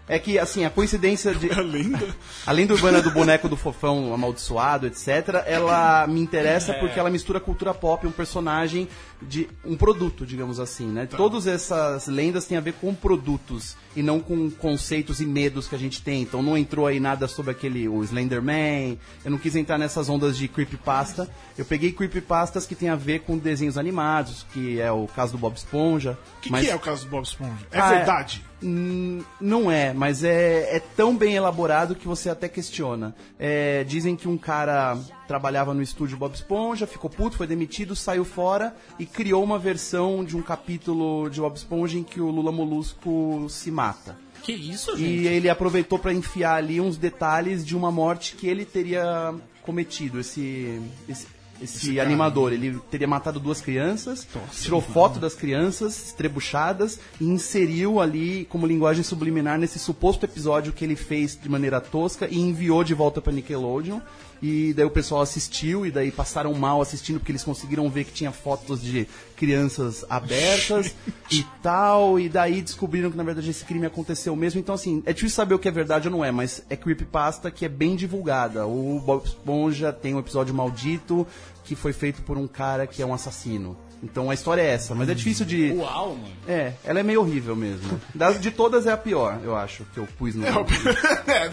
G: É que, assim, a coincidência de.
D: É lenda.
G: A lenda urbana do boneco do fofão amaldiçoado, etc., ela me interessa
D: É.
G: porque ela mistura cultura pop, um personagem de. um produto, digamos assim, né?
D: Tá.
G: Todas essas lendas têm a ver com produtos e não com conceitos e medos que a gente tem. Então não entrou aí nada sobre aquele o Slenderman. Eu não quis entrar nessas ondas de creepypasta. Eu peguei creepypastas que tem a ver com desenhos animados, que é o caso do Bob Esponja.
D: O que,
G: mas-
D: que é o caso do Bob Esponja? É
G: Ah, é.
D: verdade.
G: Hum, Não é, mas é, é tão bem elaborado que você até questiona. É, dizem que um cara trabalhava no estúdio Bob Esponja, ficou puto, foi demitido, saiu fora e criou uma versão de um capítulo de Bob Esponja em que o Lula Molusco se mata.
E: Que isso, gente?
G: E ele aproveitou pra enfiar ali uns detalhes de uma morte que ele teria cometido, esse, esse, esse animador. Ele teria matado duas crianças, tirou foto das crianças estrebuchadas e inseriu ali como linguagem subliminar nesse suposto episódio que ele fez de maneira tosca e enviou de volta pra Nickelodeon. E daí o pessoal assistiu e daí passaram mal assistindo porque eles conseguiram ver que tinha fotos de crianças abertas e tal. E daí descobriram que na verdade esse crime aconteceu mesmo. Então assim, é difícil saber o que é verdade ou não é, mas é creepypasta que é bem divulgada. O Bob Esponja tem um episódio maldito que foi feito por um cara que é um assassino. Então a história é essa, mas é difícil de...
E: Uau, mano.
G: É, ela é meio horrível mesmo. Das, de todas é a pior, eu acho, que eu pus no...
D: é,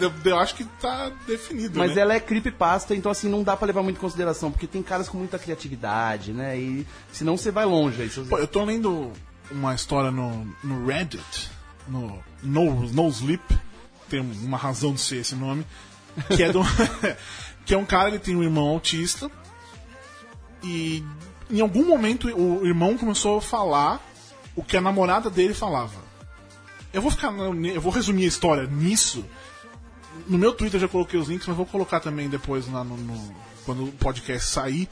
D: eu, eu acho que tá definido.
G: Mas
D: né?
G: ela é creepypasta, então assim, não dá pra levar muito em consideração, porque tem caras com muita criatividade, né? E senão você vai longe aí. se você-
D: Pô, eu tô lendo uma história no, no Reddit, no no, no Sleep, tem uma razão de ser esse nome, que é, de um, que é um cara que tem um irmão autista, e em algum momento o irmão começou a falar o que a namorada dele falava. Eu vou ficar, na- eu vou resumir a história nisso. No meu Twitter eu já coloquei os links, mas vou colocar também depois lá no- no quando o podcast sair.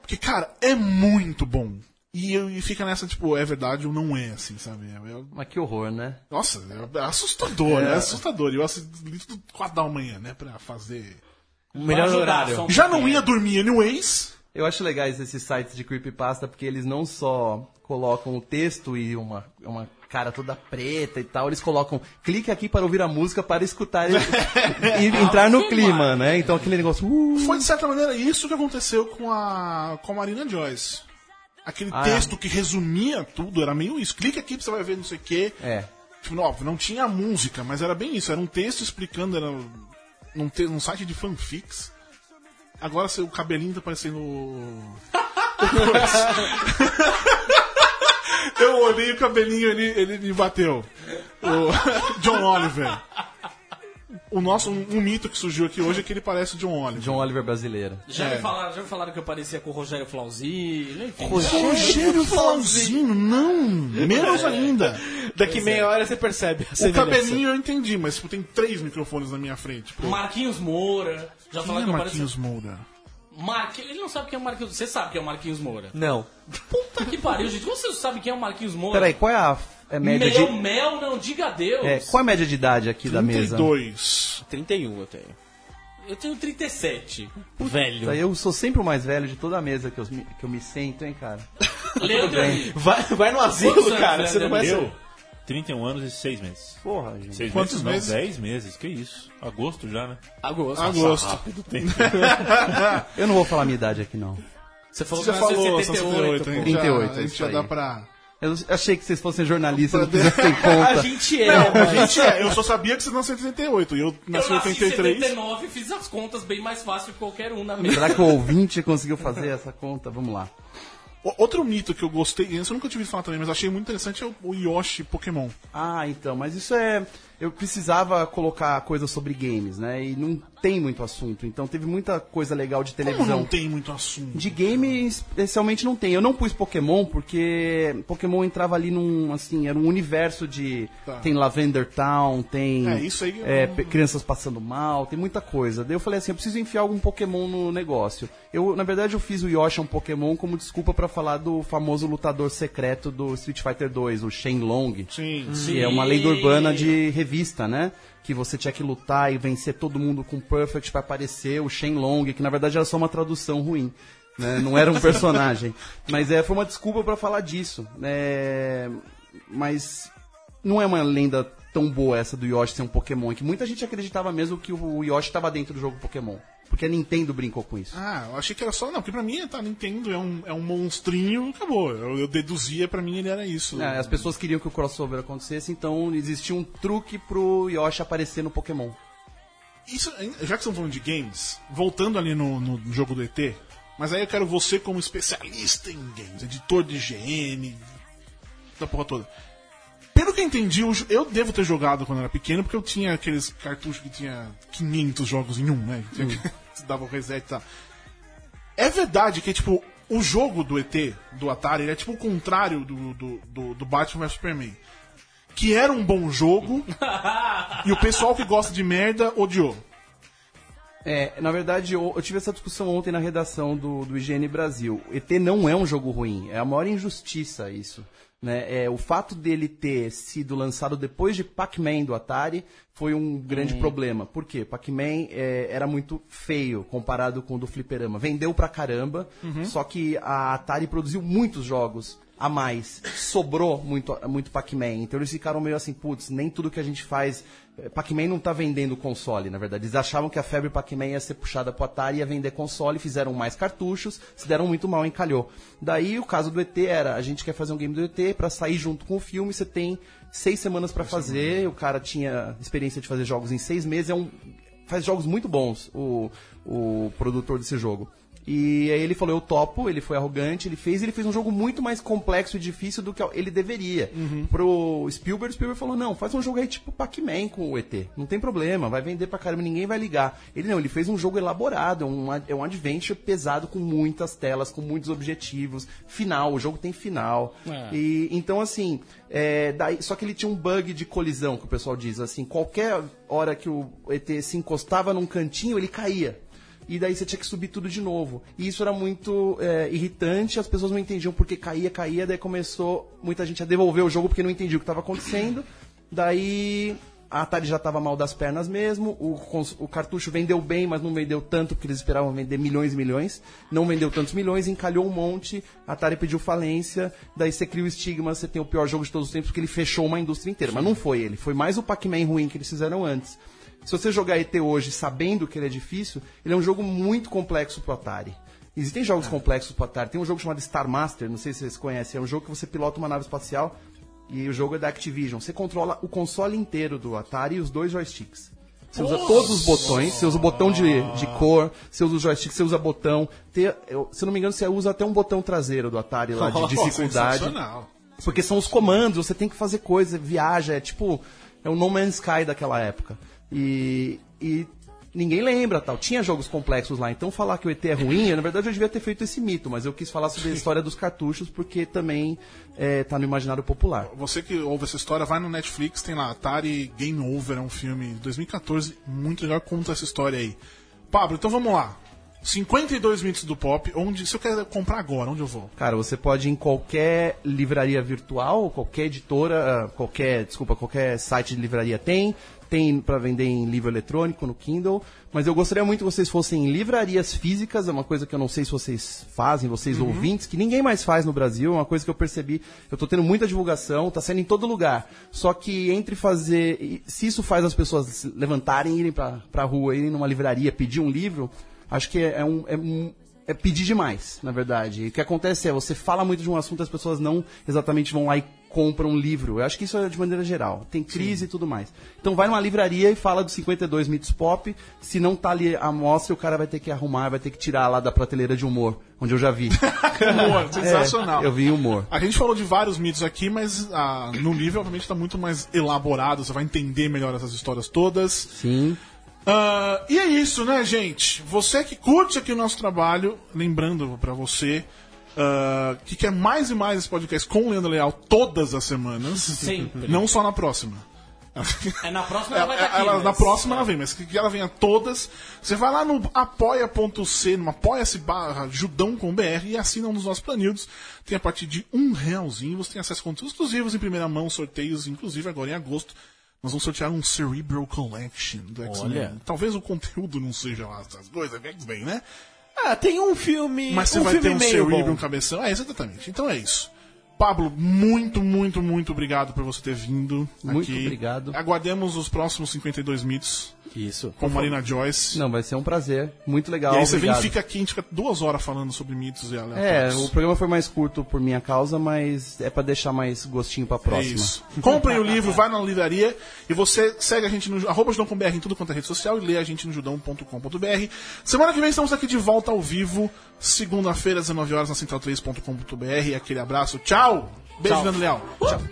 D: Porque, cara, é muito bom. E, eu- e fica nessa, tipo, é verdade ou não é, assim, sabe? É- é-
G: Mas que horror, né?
D: nossa, é assustador, é, assustador. E eu assisti tudo 4 da manhã, né, pra fazer...
F: Melhor
E: Vai ajudar,
F: horário.
E: só um
D: Já não
E: pouquinho.
D: ia dormir anyways.
G: Eu acho legais esses sites de creepypasta, porque eles não só colocam o texto e uma, uma cara toda preta e tal, eles colocam, clique aqui para ouvir a música, para escutar e, e entrar no clima, né? Então aquele negócio... uh,
D: Foi, de certa maneira, isso que aconteceu com a, com a Marina Joyce. Aquele
G: Ah.
D: texto que resumia tudo, era meio isso. Clica aqui pra você vai ver não sei o quê.
G: É.
D: Tipo, não, óbvio, não tinha música, mas era bem isso. Era um texto explicando, era num, te- num site de fanfics. Agora seu cabelinho tá parecendo. o- Eu olhei o cabelinho, ele, ele me bateu. O John Oliver. O nosso, um, um mito que surgiu aqui hoje é que ele parece o John Oliver.
G: John Oliver brasileiro.
E: Já,
D: É.
E: me falaram, já me falaram que eu parecia com o Rogério Flauzino, enfim.
D: Rogério Flauzino, não! Menos
E: É.
D: ainda!
F: Daqui meia hora você percebe. a
D: O
F: semelhança.
D: cabelinho eu entendi, mas tipo, tem três microfones na minha frente. Pô,
E: Marquinhos Moura.
D: quem
E: Já
D: é
E: falaram que eu parecia.
D: Marquinhos Moura?
E: Marquinhos. Ele não sabe quem é o Marquinhos. Você sabe quem é o Marquinhos Moura.
F: Não.
E: Puta que pariu, gente. Como Você não sabe quem é o Marquinhos Moura?
G: Peraí, qual é a, a média
E: Mel,
G: de...
E: mel, não diga adeus.
G: é, qual é a média de idade aqui da mesa?
D: 32.
F: 31 eu tenho.
E: Eu tenho 37. Velho.
G: Eu sou sempre o mais velho de toda a mesa que eu, me- que eu me sento, hein, cara?
E: Leandro Henrique.
F: Vai, vai no
E: Quantos
F: asilo,
E: anos,
F: cara.
E: né,
F: Você não vai
E: Daniel?
F: ser.
H: Eu, 31 anos e 6 meses.
G: Porra, gente.
H: Seis
D: Quantos meses?
H: meses? Não, 10 meses. Que isso? Agosto já, né?
E: Agosto.
F: Ah.
D: Agosto.
G: Eu não vou falar minha idade aqui, não.
E: Você falou
D: Você
E: que
D: já falou, são
E: 78.
D: 78, hein?
G: 38,
D: já, a gente
G: é isso
D: já
G: aí.
D: dá pra...
G: Eu achei que vocês fossem jornalistas, não fizessem conta.
F: A gente é.
D: Não, a gente é, eu só sabia que vocês nasceram em 78, e eu
E: Eu
D: nasci em
E: nasci em
D: 83.
E: 79 e fiz as contas bem mais fácil que qualquer um na mesa.
G: Será que o ouvinte conseguiu fazer essa conta? Vamos lá.
D: O- Outro mito que eu gostei, esse eu nunca tive falar também, mas achei muito interessante é o- o Yoshi Pokémon.
G: Ah, então, mas isso é. Eu precisava colocar coisa sobre games, né? E não tem muito assunto. Então teve muita coisa legal de
D: Como
G: televisão.
D: não tem muito assunto?
G: De game, especialmente não tem. Eu não pus Pokémon porque Pokémon entrava ali num, assim, era um universo de...
D: Tá.
G: Tem Lavender Town, tem...
D: É, isso aí eu
G: é,
D: não-
G: pe- crianças passando mal, tem muita coisa. Daí eu falei assim, eu preciso enfiar algum Pokémon no negócio. Eu, na verdade, eu fiz o Yoshi é um Pokémon como desculpa pra falar do famoso lutador secreto do Street Fighter 2, o Shenlong.
D: Sim.
G: Que é uma lenda urbana de revista, né? Que você tinha que lutar e vencer todo mundo com Perfect pra aparecer o Shenlong, que na verdade era só uma tradução ruim. né? Não era um personagem. Mas é, foi uma desculpa pra falar disso. É, Mas não é uma lenda tão boa essa do Yoshi ser um Pokémon. é Que muita gente acreditava mesmo que o Yoshi estava dentro do jogo Pokémon. Porque a Nintendo brincou com isso.
D: Ah, eu achei que era só. Não, porque pra mim tá, Nintendo é um, é um monstrinho, acabou. Eu, eu deduzia, pra mim ele era isso.
G: É, as pessoas queriam que o crossover acontecesse, então existia um truque pro Yoshi aparecer no Pokémon.
D: Isso, hein, já que estamos falando de games, voltando ali no, no jogo do ET, mas aí eu quero você como especialista em games, editor de GM, da porra toda. Pelo que eu entendi, eu, jo- eu devo ter jogado quando era pequeno, porque eu tinha aqueles cartuchos que tinha 500 jogos em um, né? Tinha que- Você dava o reset e tal. É verdade que, tipo, o jogo do ET, do Atari, ele é tipo o contrário do, do, do, do Batman vs Superman. Que era um bom jogo, e o pessoal que gosta de merda odiou.
G: É, na verdade, eu, eu tive essa discussão ontem na redação do, do IGN Brasil. ET não é um jogo ruim, é a maior injustiça isso. Né? É, o fato dele ter sido lançado depois de Pac-Man do Atari foi um grande problema. Por quê? Pac-Man é, era muito feio comparado com o do Fliperama. Vendeu pra caramba, só que a Atari produziu muitos jogos a mais. Sobrou muito, muito Pac-Man. Então eles ficaram meio assim, putz, nem tudo que a gente faz. eh, Pac-Man não tá vendendo console, na verdade. Eles achavam que a febre Pac-Man ia ser puxada pro Atari, ia vender console, fizeram mais cartuchos, se deram muito mal, encalhou. Daí o caso do ET era, a gente quer fazer um game do ET pra sair junto com o filme, você tem seis semanas pra fazer, o cara tinha experiência de fazer jogos em seis meses, é um, faz jogos muito bons, o, o produtor desse jogo. E aí ele falou, eu topo, ele foi arrogante, ele fez, ele fez um jogo muito mais complexo e difícil do que ele deveria. Pro Spielberg, Spielberg falou, não, faz um jogo aí tipo Pac-Man com o ET, não tem problema, vai vender pra caramba, ninguém vai ligar. Ele não, ele fez um jogo elaborado, um, ad- é um adventure pesado com muitas telas, com muitos objetivos, final, o jogo tem final.
E: É.
G: E e, então, assim, é, daí- só que ele tinha um bug de colisão, que o pessoal diz, assim, qualquer hora que o ET se encostava num cantinho, ele caía. E daí você tinha que subir tudo de novo. E isso era muito é, irritante, as pessoas não entendiam porque caía, caía, daí começou muita gente a devolver o jogo porque não entendia o que estava acontecendo. Daí a Atari já estava mal das pernas mesmo, o, cons- o cartucho vendeu bem, mas não vendeu tanto, porque eles esperavam vender milhões e milhões. Não vendeu tantos milhões, encalhou um monte, a Atari pediu falência, daí você cria o estigma, você tem o pior jogo de todos os tempos, porque ele fechou uma indústria inteira. Mas não foi ele, foi mais o Pac-Man ruim que eles fizeram antes. Se você jogar ET hoje sabendo que ele é difícil, ele é um jogo muito complexo pro Atari. Existem jogos complexos pro Atari. Tem um jogo chamado Star Master, não sei se vocês conhecem. É um jogo que você pilota uma nave espacial e o jogo é da Activision. Você controla o console inteiro do Atari e os dois joysticks. Você usa todos os botões, você usa o botão de, de cor, você usa o joystick, você usa botão. Tem- eu- se eu não me engano, você usa até um botão traseiro do Atari lá Tá de
D: Pô,
G: dificuldade.
D: é sensacional.
G: Porque são os comandos, você tem que fazer coisa, viaja, é tipo. É o No Man's Sky daquela época. E. e ninguém lembra tal. Tinha jogos complexos lá. Então falar que o ET é ruim, na verdade eu devia ter feito esse mito, mas eu quis falar sobre a história dos cartuchos, porque também é, tá no imaginário popular.
D: Você que ouve essa história, vai no Netflix, tem lá Atari Game Over, é um filme de 2014, muito legal, conta essa história aí. Pablo, então vamos lá. 52 mitos do pop, onde se eu quero comprar agora, onde eu vou?
G: Cara, você pode ir em qualquer livraria virtual, qualquer editora, ah, qualquer, desculpa, qualquer site de livraria tem, tem pra vender em livro eletrônico no Kindle, mas eu gostaria muito que vocês fossem em livrarias físicas, é uma coisa que eu não sei se vocês fazem, vocês ouvintes, que ninguém mais faz no Brasil, é uma coisa que eu percebi, eu tô tendo muita divulgação, tá sendo em todo lugar. Só que entre fazer, e se isso faz as pessoas se levantarem, irem pra, pra rua, irem numa livraria, pedir um livro, acho que é, é um- é um é pedir demais, na verdade. E o que acontece é, você fala muito de um assunto, as pessoas não exatamente vão lá e compra um livro. Eu acho que isso é de maneira geral. Tem crise e tudo mais. Então vai numa livraria e fala dos 52 mitos pop. Se não tá ali a amostra, o cara vai ter que arrumar, vai ter que tirar lá da prateleira de humor, onde eu já vi. É,
D: Humor, sensacional.
G: eu vi humor.
D: A gente falou de vários mitos aqui, mas ah, no livro, obviamente, está muito mais elaborado. Você vai entender melhor essas histórias todas.
G: Sim.
D: Ah, e é isso, né, gente? Você que curte aqui o nosso trabalho, lembrando pra você ah, que quer mais e mais esse podcast com o Leandro Leal todas as semanas.
E: Sempre.
D: Não só na próxima.
E: É na próxima ela
D: Ela,
E: vai estar aqui.
D: ela-
E: mas-
D: na próxima ela vem, mas que que ela venha todas. Você vai lá no apoia.c, no apoia-se barra judão com BR e assina um dos nossos planildos. Tem a partir de um realzinho, você tem acesso a conteúdos exclusivos em primeira mão, sorteios, inclusive agora em agosto. Nós vamos sortear um Cerebral Collection do X-Men. Talvez o conteúdo não seja lá essas coisas, é X-Men, né?
F: Ah, tem um filme.
D: Mas você
F: um
D: vai
F: filme
D: ter um
F: meio
D: cerebro, um
F: bom.
D: cabeção. É, exatamente. Então é isso. Pablo, muito, muito, muito obrigado por você ter vindo
G: Muito
D: aqui.
G: obrigado.
D: Aguardemos os próximos 52 mitos
G: Isso.
D: com Marina Joyce.
G: Não, vai ser um prazer. Muito legal.
D: e aí você vem e
G: obrigado.
D: fica aqui, a gente fica duas horas falando sobre mitos e
G: É,
D: aleatórios.
G: o programa foi mais curto por minha causa, mas é pra deixar mais gostinho pra
D: É
G: próxima.
D: isso. Comprem o livro, vai na livraria e você segue a gente no arroba judão.br em tudo quanto é rede social e lê a gente no judão.com.br. Semana que vem estamos aqui de volta ao vivo, segunda-feira, às 19 horas na central3.com.br. Aquele abraço, tchau! Beijo, Leandro Leal.
B: Tchau.